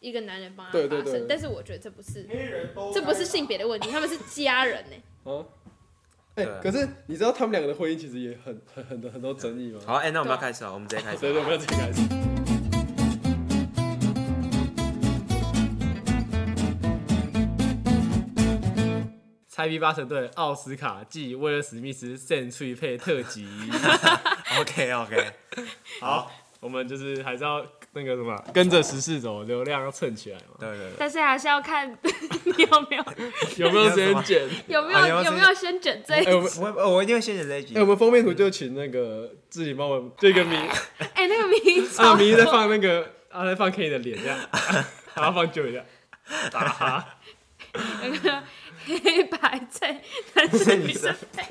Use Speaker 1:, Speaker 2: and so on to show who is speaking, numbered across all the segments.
Speaker 1: 一个男人帮他发
Speaker 2: 对
Speaker 1: 声，
Speaker 2: 对对
Speaker 1: 但是我觉得这不是，
Speaker 3: 黑人都
Speaker 1: 这不是性别的问题，他们是家人欸呢、
Speaker 4: 哦
Speaker 2: 啊。哎、
Speaker 5: 对
Speaker 2: 可是你知道他们两个的婚姻其实也很很很多很多争议吗？
Speaker 5: 好，哎、那我
Speaker 1: 啊
Speaker 5: 们要开始了，我们直接开始
Speaker 2: 对对，我们
Speaker 5: 了。
Speaker 2: 要自己开始。
Speaker 4: 猜 B 八成对奥斯卡暨威尔史密斯圣翠配特辑。
Speaker 5: OK OK，
Speaker 4: 好，我们就是还是要那个什么， 跟着时事走，流量要蹭起来嘛。
Speaker 5: 对对对，
Speaker 1: 但是还是要看你有 没有
Speaker 4: 有没有时间剪？
Speaker 1: 有没
Speaker 5: 啊你要
Speaker 1: 有
Speaker 5: 是
Speaker 1: 有没有先整 这一
Speaker 2: 哎、我们
Speaker 5: 我我我一定会先写这一集
Speaker 2: 哎、。我们封面图就请那个自己帮我们这个名
Speaker 1: 哎、那个名 字
Speaker 4: 啊，明明在放那个，啊，在放 K 的脸 这样，还要放 Joe 这样。
Speaker 1: 那个黑白配，男
Speaker 5: 是
Speaker 1: 生
Speaker 5: 女
Speaker 1: 女
Speaker 5: 生
Speaker 1: 生配，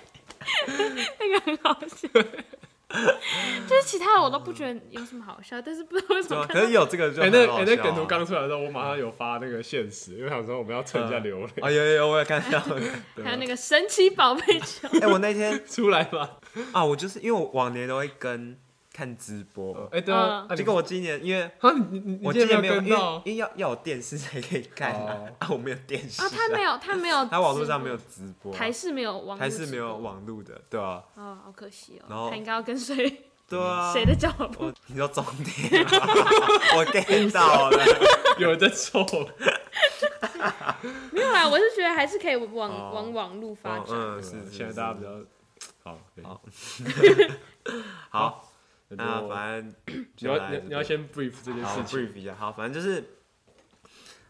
Speaker 1: 那个很好笑。就是其他的我都不觉得有什么好笑，但是不知道为什
Speaker 5: 对
Speaker 1: 么
Speaker 5: 啊
Speaker 1: 看
Speaker 5: 可
Speaker 1: 到
Speaker 5: 是有这个就
Speaker 4: 哎、
Speaker 5: 很
Speaker 4: 那
Speaker 5: 好
Speaker 4: 哎、
Speaker 5: 笑
Speaker 4: 那梗图
Speaker 5: 啊
Speaker 4: 刚出来的时候，我马上有发那个现实，因为想说我们要蹭一下流量，
Speaker 5: 哦，有有有，我有看到。
Speaker 1: 还有那个神奇宝贝球，
Speaker 5: 哎、我那天
Speaker 4: 出来吧。
Speaker 5: 啊，我就是因为我往年都会跟看直播嘛，
Speaker 4: 哎、对啊
Speaker 1: 嗯，
Speaker 4: 啊
Speaker 5: 结果我今年因为
Speaker 4: 啊，你你你
Speaker 5: 我
Speaker 4: 竟
Speaker 5: 今
Speaker 4: 然
Speaker 5: 年
Speaker 4: 没
Speaker 5: 没
Speaker 4: 有跟
Speaker 5: 有，因为
Speaker 4: 到
Speaker 5: 因为要要有电视才可以看啊， 啊我没有电视、
Speaker 1: 啊，他没有，他没有，
Speaker 5: 他网络上没有，直播啊、
Speaker 1: 台视没有网，
Speaker 5: 台视没有，网路的，对啊，
Speaker 1: 哦，好可惜
Speaker 5: 然
Speaker 1: 哦
Speaker 5: 后，
Speaker 1: 他应该要跟谁
Speaker 5: 对啊，
Speaker 1: 谁的脚步
Speaker 5: 我你说重点吗， 我 get 到了，
Speaker 4: 有人在抽，
Speaker 1: 没有啦，我是觉得还是可以
Speaker 5: 哦
Speaker 1: 往往网路发
Speaker 5: 哦
Speaker 1: 展。
Speaker 5: 嗯，是是啊
Speaker 4: 现在大家比较好，对
Speaker 5: 好好，
Speaker 4: 很多
Speaker 5: 那反正
Speaker 4: 你
Speaker 5: 就
Speaker 4: 要
Speaker 5: 来
Speaker 4: 你要
Speaker 5: 这
Speaker 4: 你要
Speaker 5: 个
Speaker 4: 先 brief 这件
Speaker 5: 好
Speaker 4: 事情。
Speaker 5: brief 一下，好，反正就是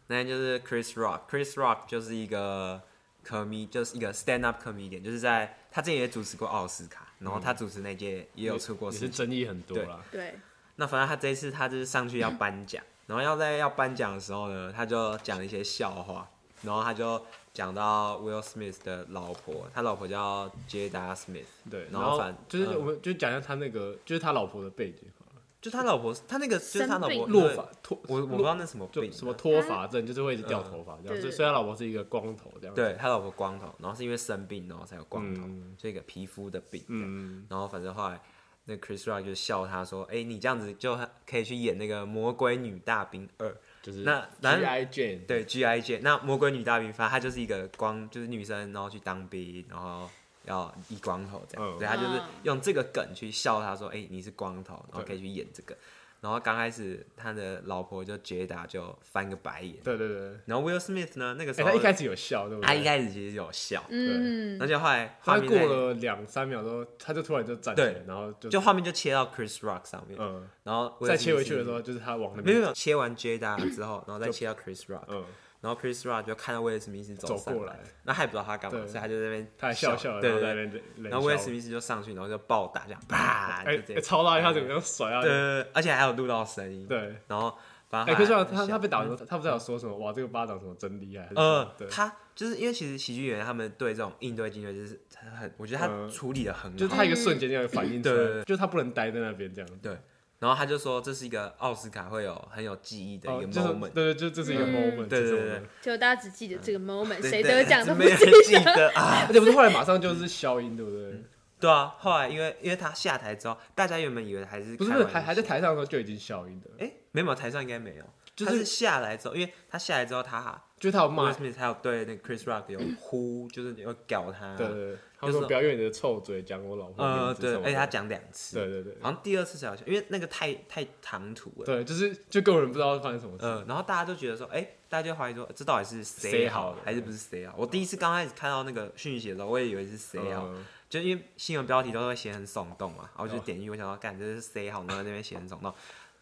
Speaker 5: 那天就是 Chris Rock，Chris Rock 就是一个 comed，就是一个 stand up comedian，就是在他之前也主持过奥斯卡，然后他主持那届也有出过
Speaker 4: 嗯也
Speaker 5: 事
Speaker 4: 是
Speaker 5: 情。
Speaker 4: 争议很多啦。
Speaker 1: 对，
Speaker 5: 那反正他这一次他就是上去要颁奖，然后要在要颁奖的时候呢，他就讲一些笑话，然后他就讲到 Will Smith 的老婆，他老婆叫 Jada Smith，
Speaker 4: 对，
Speaker 5: 然
Speaker 4: 然
Speaker 5: 后
Speaker 4: 后
Speaker 5: 反
Speaker 4: 就是
Speaker 5: 嗯
Speaker 4: 我们就讲一下他那个，就是他老婆的背景好了，
Speaker 5: 就他老婆，他那个就是他老
Speaker 1: 生
Speaker 5: 婆
Speaker 1: 病
Speaker 4: 落发，脱，
Speaker 5: 我我不知道那什么病
Speaker 4: 就
Speaker 5: 啊，
Speaker 4: 什么脱发症，就是会一直掉
Speaker 5: 嗯
Speaker 4: 头发这样。
Speaker 1: 对
Speaker 4: 所
Speaker 1: 对
Speaker 4: 以所以他老婆是一个光头这样。，
Speaker 5: 对他老婆光头，然后是因为生病，然后才有光头，
Speaker 4: 嗯
Speaker 5: 就一个皮肤的病。
Speaker 4: 嗯，
Speaker 5: 然后反正后来那 Chris Rock 就笑他说：“哎、你这样子就很可以去演那个《魔鬼女大兵二》
Speaker 4: 就是
Speaker 5: 那然
Speaker 4: G I Jane，
Speaker 5: 对 G I J。那《魔鬼女大兵》反正她就是一个光，就是女生，然后去当兵，然后要一光头这样。
Speaker 4: 嗯
Speaker 5: 对，他就是
Speaker 1: 嗯
Speaker 5: 用这个梗去笑他说：“哎、你是光头，然后
Speaker 4: 对
Speaker 5: 可以去演这个。”然后刚开始他的老婆就杰达就翻个白眼，
Speaker 4: 对对对。
Speaker 5: 然后 Will Smith 呢，那个时
Speaker 4: 哎，
Speaker 5: 候、
Speaker 4: 他一开始有笑，对不对？
Speaker 5: 他一开始其实有笑，
Speaker 1: 嗯
Speaker 5: 而，且后来画
Speaker 4: 他
Speaker 5: 面
Speaker 4: 过
Speaker 5: 在
Speaker 4: 了两三秒之后，他就突然就站起来
Speaker 5: 对，
Speaker 4: 然后就
Speaker 5: 就画面就切到 Chris Rock 上面，
Speaker 4: 嗯，
Speaker 5: 然后
Speaker 4: 再切回去的时
Speaker 5: 候，
Speaker 4: 候，就是他往那
Speaker 5: 没有
Speaker 4: 边
Speaker 5: 没有切完 Jada 之后，然后再切到 Chris Rock，
Speaker 4: 嗯
Speaker 5: 然后 Chris Rock 就看到威尔史密斯
Speaker 4: 走
Speaker 5: 上
Speaker 4: 过来，，
Speaker 5: 那他也不知道他干嘛，
Speaker 4: 对
Speaker 5: 所以他就在那边
Speaker 4: 他还笑笑，
Speaker 5: 对
Speaker 4: 然后在
Speaker 5: 对
Speaker 4: 那
Speaker 5: 对，
Speaker 4: 边冷
Speaker 5: 然后威尔
Speaker 4: 笑
Speaker 5: 史密斯就上去，然后就暴打，这样啪，
Speaker 4: 哎
Speaker 5: 就直
Speaker 4: 哎
Speaker 5: 接
Speaker 4: 超大力，他怎么样甩下
Speaker 5: 对
Speaker 4: 去
Speaker 5: 对，？对而且还有录到声音，
Speaker 4: 对，
Speaker 5: 然后反
Speaker 4: 哎，
Speaker 5: 正
Speaker 4: 可是
Speaker 5: 后来
Speaker 4: 他他被打的时候，他不知道有说什么，哇，这个巴掌什么真厉害，
Speaker 5: 呃
Speaker 4: 对，，
Speaker 5: 他就是因为其实喜剧演员他们对这种应对进退就是很，我觉得他
Speaker 4: 嗯
Speaker 5: 处理的很好，
Speaker 4: 就是他一个瞬间这样反应出
Speaker 5: 对对
Speaker 4: 来，
Speaker 5: 对
Speaker 4: 就是他不能待在那边这样，
Speaker 5: 对，然后他就说这是一个奥斯卡会有很有记忆的
Speaker 4: 哦
Speaker 5: 一个
Speaker 4: 就是
Speaker 5: moment，、
Speaker 4: 对对，就这是一个
Speaker 1: 嗯
Speaker 4: moment，
Speaker 5: 对对
Speaker 4: 这是
Speaker 5: 对
Speaker 4: 我
Speaker 5: 对
Speaker 4: 们，
Speaker 1: 就大家只记得这个 moment，
Speaker 5: 对
Speaker 1: 谁
Speaker 5: 对
Speaker 1: 得奖
Speaker 5: 只
Speaker 1: 都不
Speaker 5: 没人
Speaker 1: 记
Speaker 5: 记
Speaker 1: 得。
Speaker 5: 得啊。
Speaker 4: 而且不是后来马上就是消音，对不对？
Speaker 5: 对啊，后来因为因为他下台之后，大家原本以为还是
Speaker 4: 不是
Speaker 5: 开
Speaker 4: 不是，
Speaker 5: 玩
Speaker 4: 还还在
Speaker 5: 笑
Speaker 4: 台上的时候就已经消音了，
Speaker 5: 哎、没有台上应该没有，
Speaker 4: 就
Speaker 5: 他
Speaker 4: 是
Speaker 5: 是下来之后，因为他下来之后他
Speaker 4: 就是他有
Speaker 5: Will
Speaker 4: 骂，对
Speaker 5: Smith 他有对那个 Chris Rock 有呼，就是有搞他、
Speaker 4: 对，对，他说
Speaker 5: 啊就是
Speaker 4: 不要用你的臭嘴讲我老婆
Speaker 5: 呃
Speaker 4: 名字
Speaker 5: 对
Speaker 4: 什，么
Speaker 5: 而
Speaker 4: 的
Speaker 5: 且他讲两次，
Speaker 4: 对对对
Speaker 5: 好像第二次才好笑，因为那个太太唐突了。
Speaker 4: 对，就是就根本不知道发生什么事。
Speaker 5: 嗯，然后大家都觉得说，哎、大家就怀疑说，这到底是谁
Speaker 4: 谁
Speaker 5: 好
Speaker 4: 好的
Speaker 5: 还是不是谁好？我第一次刚开始看到那个讯息的时候，我也以为是谁好，
Speaker 4: 嗯
Speaker 5: 就因为新闻标题都会写很耸动嘛，然后就点进去，我想到，干这是谁好，然后在那边写很耸动，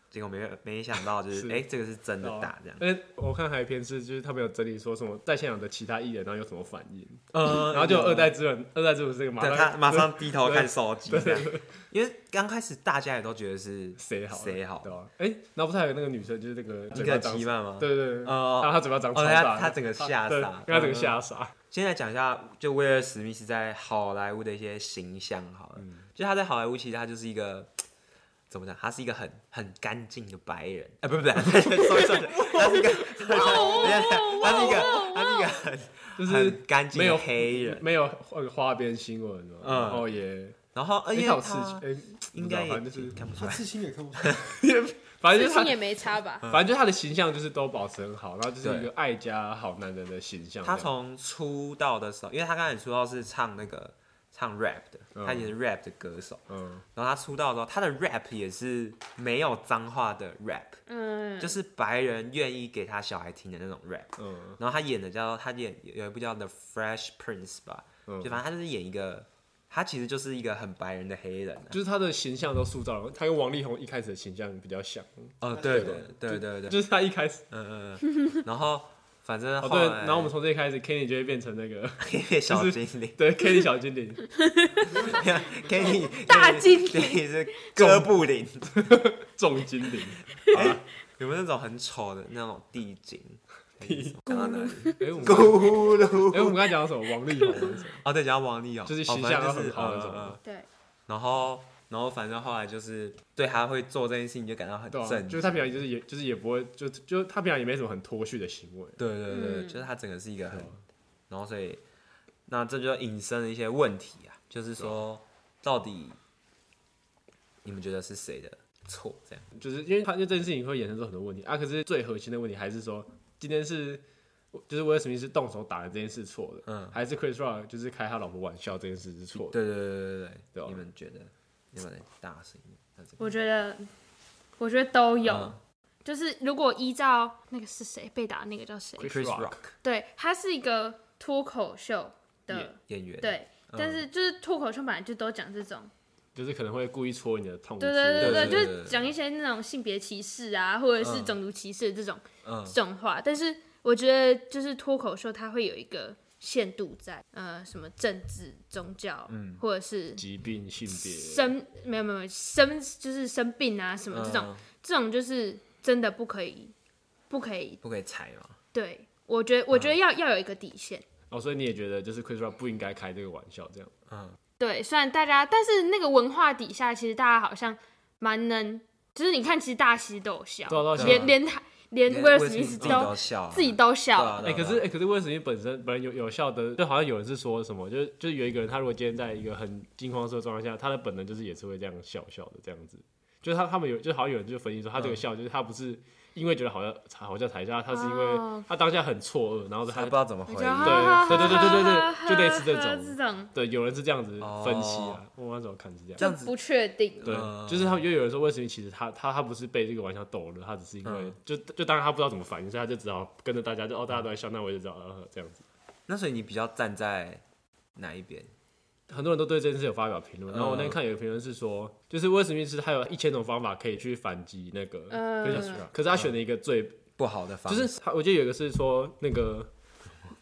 Speaker 5: 结果没没想到就是，
Speaker 4: 是哦
Speaker 5: 哎、这个是真的打这样，
Speaker 4: 而且啊哎我看还有一篇是，就是他们有整理说什么在现场的其他艺人，然后有什么反应，
Speaker 5: 呃
Speaker 4: 然后就有二代之人，二代之人这个马
Speaker 5: 对
Speaker 4: 上
Speaker 5: 他马上低头看手机这样，因为刚开始大家也都觉得是
Speaker 4: 谁好
Speaker 5: 谁好
Speaker 4: 对，吧？哎，然后不是还有那个女生，就是那个
Speaker 5: 一
Speaker 4: 嘴巴
Speaker 5: 个
Speaker 4: 长
Speaker 5: 七万吗？
Speaker 4: 对对对，
Speaker 5: 呃
Speaker 4: 然后她嘴巴长超
Speaker 5: 哦，
Speaker 4: 大
Speaker 5: 他
Speaker 4: 的，
Speaker 5: 他整个吓
Speaker 4: 对，
Speaker 5: 傻嗯
Speaker 4: 她，整个吓傻，
Speaker 5: 先来讲一下，就威尔史密斯在好莱坞的一些形象好了。
Speaker 4: 嗯
Speaker 5: 就他在好莱坞，其实他就是一个怎么讲？他是一个很很干净的白人，哎、不是不是，说一说，他是一个，他是一个，他是一个很
Speaker 4: 就
Speaker 5: 很
Speaker 4: 是
Speaker 5: 干净
Speaker 4: 没
Speaker 5: 的
Speaker 4: 有
Speaker 5: 黑人。
Speaker 4: 没有呃花边新闻嘛，
Speaker 5: 嗯
Speaker 4: 然后也
Speaker 5: 然后，呃因
Speaker 4: 哎
Speaker 5: 为
Speaker 4: 她有刺
Speaker 5: 他
Speaker 4: 激，哎，
Speaker 5: 应该
Speaker 4: 不知道
Speaker 5: 也
Speaker 4: 反正就是
Speaker 5: 看不出
Speaker 3: 他
Speaker 5: 来， 嗯
Speaker 3: 刺青也看不出来，
Speaker 4: 反正
Speaker 1: 事
Speaker 4: 就是他
Speaker 1: 情也没差吧？
Speaker 4: 反正就是他的形象就是都保持很好，然后就是
Speaker 5: 对
Speaker 4: 一个爱家好男人的形象这
Speaker 5: 他
Speaker 4: 样。
Speaker 5: 从出道的时候，因为他刚开始出道是唱那个唱 rap 的，他也是 rap 的歌手。
Speaker 4: 嗯
Speaker 5: 然后他出道的时候，他的 rap 也是没有脏话的 rap，
Speaker 1: 嗯，
Speaker 5: 就是白人愿意给他小孩听的那种 rap。
Speaker 4: 嗯
Speaker 5: 然后他演的叫他演有一部叫《The Fresh Prince》吧，就
Speaker 4: 嗯，
Speaker 5: 反正他就是演一个，他其实就是一个很白人的黑人、啊。
Speaker 4: 就是他的形象都塑造了，他跟王力宏一开始的形象比较像，
Speaker 5: 哦，对的，对对对，
Speaker 4: 就是他一开始
Speaker 5: 嗯嗯 嗯。然后反正
Speaker 4: 哦
Speaker 5: 后
Speaker 4: 对，
Speaker 5: 来，
Speaker 4: 然后我们从这一开始，Kenny 就会变成那个
Speaker 5: 黑小精灵
Speaker 4: 对 Kenny 小精 灵，
Speaker 5: ，Kenny
Speaker 1: 大精灵
Speaker 5: ，Kenny 是哥布林，
Speaker 4: 重精灵。
Speaker 5: 有没有那种很丑的那种地精？讲到哪里？
Speaker 4: 哎，我们
Speaker 5: 咕 噜。
Speaker 4: 哎我们刚才讲到什么？王力宏是什么
Speaker 5: 哦，对，讲到王力宏，
Speaker 4: 就是
Speaker 5: 哦
Speaker 4: 形
Speaker 5: 反
Speaker 4: 象
Speaker 5: 正
Speaker 4: 要
Speaker 5: 就是
Speaker 4: 很好的
Speaker 5: 嗯
Speaker 4: 那种
Speaker 5: 嗯嗯
Speaker 1: 对，
Speaker 5: 然后，然后反正后来就是对他会做这件事情就感到很
Speaker 4: 对啊，
Speaker 5: 震
Speaker 4: 就
Speaker 5: 惊。
Speaker 4: 是他平常就是也就是也不会，就就他平常也没什么很脱序的行为。
Speaker 5: 对对对，
Speaker 1: 嗯
Speaker 5: 就是他整个是一个很，然后所以，那这就引申了一些问题啊，就是说到底你们觉得是谁的错？这样
Speaker 4: 就是因为他就这件事情会衍生出很多问题啊。可是最核心的问题还是说，今天是就是威尔史密斯动手打人这件事错的，
Speaker 5: 嗯
Speaker 4: 还是 Chris Rock 就是开他老婆玩笑这件事是错的？
Speaker 5: 对对对对对
Speaker 4: 对啊
Speaker 5: 你们觉得？你们大声一点，那这个
Speaker 1: 我觉得，我觉得都有。
Speaker 5: 嗯
Speaker 1: 就是如果依照那个是谁被打的那个叫谁，
Speaker 4: Chris
Speaker 5: Chris
Speaker 4: Rock
Speaker 5: Rock
Speaker 1: 对，他是一个脱口秀的，
Speaker 5: 演员，
Speaker 1: 对，但是就是脱口秀本来就都讲这种，
Speaker 4: 就是可能会故意戳你的痛处。
Speaker 1: 对对
Speaker 5: 对
Speaker 1: 对，就是
Speaker 5: 对
Speaker 1: 讲一些那种性别歧视啊，或者是
Speaker 5: 嗯
Speaker 1: 种族歧视这种
Speaker 5: 嗯
Speaker 1: 这种话，但是我觉得就是脱口秀它会有一个限度在，呃，什么政治、宗教，嗯，或者是
Speaker 4: 疾病、性别，
Speaker 1: 生没有没有没有生就是生病啊什么这种，
Speaker 5: 嗯
Speaker 1: 这种就是真的不可以，不可以。
Speaker 5: 不可以踩嘛。
Speaker 1: 对我觉得，我觉得要、要有一个底线。
Speaker 4: 哦，所以你也觉得就是 Chris Rock 不应该开这个玩笑，这样
Speaker 1: 对，虽然大家，但是那个文化底下，其实大家好像蛮能，就是你看，其实大家其实都有笑，
Speaker 4: 对啊对啊
Speaker 1: 连连他连威尔史密斯
Speaker 5: 自己都
Speaker 1: 都
Speaker 5: 笑啊，
Speaker 1: 自己都笑
Speaker 5: 对啊
Speaker 1: 了。
Speaker 4: 哎、
Speaker 5: 对啊
Speaker 4: 可
Speaker 5: 对
Speaker 4: 是
Speaker 5: 啊
Speaker 4: 哎、可是威尔史密斯本身本来有有效的，就好像有人是说什么，就是就是有一个人，他如果今天在一个很惊慌失措的状态下，他的本能就是也是会这样笑笑的这样子。就是他他们有，就好像有人就分析说，他这个笑就是他不是因为觉得好像好像台下，他是因为
Speaker 1: 哦
Speaker 4: 他当下很错愕，然后
Speaker 5: 他
Speaker 4: 他
Speaker 5: 不知道怎么回
Speaker 1: 对
Speaker 5: 应。
Speaker 4: 对对对对对对啊就类似这种
Speaker 1: 这种
Speaker 4: 对有人是这样子分析啊，我那时候看是这样。
Speaker 5: 这样子
Speaker 1: 不确定，
Speaker 4: 对，
Speaker 5: 嗯
Speaker 4: 就是他们，就有人说，为什么其实他他他不是被这个玩笑逗乐，他只是因为、
Speaker 5: 嗯
Speaker 4: 就就当然他不知道怎么反应，所以他就只好跟着大家，就哦大家都在笑，那我也就知道、呃、这样子。
Speaker 5: 那所以你比较站在哪一边？
Speaker 4: 很多人都对这件事有发表评论，然后
Speaker 1: 嗯
Speaker 4: 我那天看有个评论是说，就是威尔史密斯他有一千种方法可以去反击那个，
Speaker 1: 嗯
Speaker 4: 可是可是他选了一个最，
Speaker 5: 不好的方
Speaker 4: 就
Speaker 5: 式
Speaker 4: 是他我记得有一个是说那个。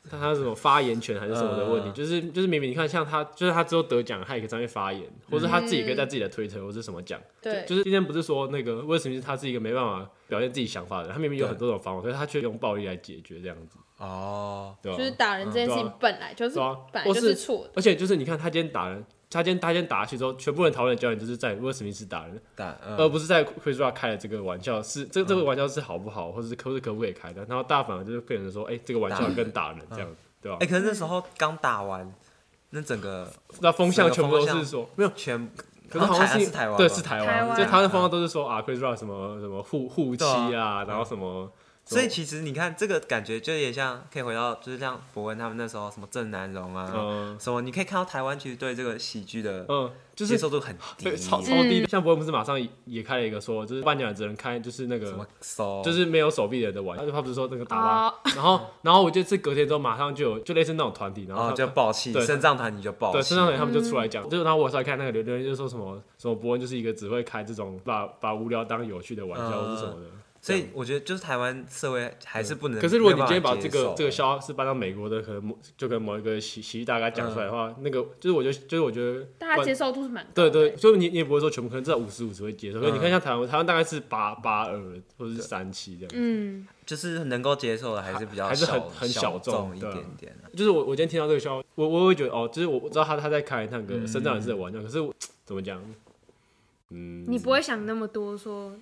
Speaker 4: 他他什么发言权还是什么的问题，
Speaker 5: 嗯
Speaker 4: 就是就是明明你看像他，就是他之后得奖，他也可以上面发言，或者他自己可以在自己的推特或是什么讲，
Speaker 1: 对，
Speaker 4: 就是今天不是说那个威尔史密斯他是一个没办法表现自己想法的人，他明明有很多种方法，可是他却用暴力来解决这样子，
Speaker 5: 哦，
Speaker 4: 对吧？
Speaker 1: 就是打人这件事
Speaker 4: 嗯对
Speaker 1: 情
Speaker 4: 啊
Speaker 1: 本来就是
Speaker 4: 对啊
Speaker 1: 本来
Speaker 4: 或
Speaker 1: 就是是错的，
Speaker 4: 而且就是你看他今天打人，他今天他今天打下去之后，全部人讨论的焦点就是在威尔史密斯打人，
Speaker 5: 但
Speaker 4: 而
Speaker 5: 嗯
Speaker 4: 不是在 Chris Rock 开了这个玩笑，是这这个玩笑是好不好，或者是可不是可不可以开的，然后大家反而就是变成说，哎、这个玩笑跟打人这样子，对吧？
Speaker 5: 哎，可是那时候刚打完，那整个
Speaker 4: 那风向全部都
Speaker 5: 整
Speaker 4: 是
Speaker 5: 个
Speaker 4: 说。
Speaker 5: 没有全，
Speaker 4: 可是好
Speaker 5: 好
Speaker 4: 像
Speaker 5: 像
Speaker 4: 是
Speaker 5: 是台湾吧，嗯
Speaker 4: 对，是台
Speaker 1: 台
Speaker 4: 湾，啊
Speaker 1: 湾
Speaker 4: 就台湾的风向都是说啊，Chris Rock 什么什么护护妻
Speaker 5: 对
Speaker 4: 啊，然后什么，
Speaker 5: 所以其实你看这个感觉就有点像，可以回到就是像伯恩他们那时候什么郑南荣啊，
Speaker 4: 嗯
Speaker 5: 什么你可以看到台湾其实对这个喜剧的
Speaker 4: 嗯，就
Speaker 5: 接
Speaker 4: 是
Speaker 5: 受度很低，
Speaker 4: 对，超
Speaker 5: 什
Speaker 4: 超低的。像伯恩不是马上也开了一个说，就是颁奖只能开，就是那个
Speaker 5: 么手
Speaker 4: 就是没有手臂的人的玩笑，他不是说那个打
Speaker 1: 哦
Speaker 4: 吧，然后然后我就是隔天之后马上就有就类似那种团体，然后
Speaker 5: 哦
Speaker 4: 他
Speaker 5: 就爆气，
Speaker 4: 嗯对
Speaker 5: 身上团你就爆
Speaker 4: 对，
Speaker 5: 气
Speaker 4: 身，上人
Speaker 1: 嗯
Speaker 4: 他们就出来讲，就是然后我来看那个留留言就说什么什么伯恩就是一个只会开这种把把无聊当有趣的玩笑
Speaker 5: 嗯
Speaker 4: 或是什么的。
Speaker 5: 所以我觉得就是台湾社会还是不能。
Speaker 4: 嗯可是如果你今天把
Speaker 5: 没
Speaker 4: 这
Speaker 5: 有办法接
Speaker 4: 个
Speaker 5: 受啊
Speaker 4: 这个笑话是搬到美国的，可能某就跟某一个喜喜剧大概讲出来的话，
Speaker 5: 嗯
Speaker 4: 那个就是我觉得就是我觉得
Speaker 1: 大家
Speaker 4: 观
Speaker 1: 接受度是蛮高
Speaker 4: 对
Speaker 1: 的
Speaker 4: 对，，所以你你也不会说全部，可能至少五十五十会接受。可是你
Speaker 5: 嗯
Speaker 4: 看像台湾，台湾大概是八八二或者是三七这样。
Speaker 1: 嗯，
Speaker 5: 就是能够接受的还是比较
Speaker 4: 还是很
Speaker 5: 小
Speaker 4: 很小
Speaker 5: 小
Speaker 4: 众
Speaker 5: 一
Speaker 4: 对啊
Speaker 5: 点点啊。
Speaker 4: 就是我我今天听到这个笑话，我我会觉得哦，就是我我知道他他在开那个生
Speaker 5: 嗯
Speaker 4: 长人士的玩笑，可是我怎么讲？嗯，
Speaker 1: 你不会想那么多说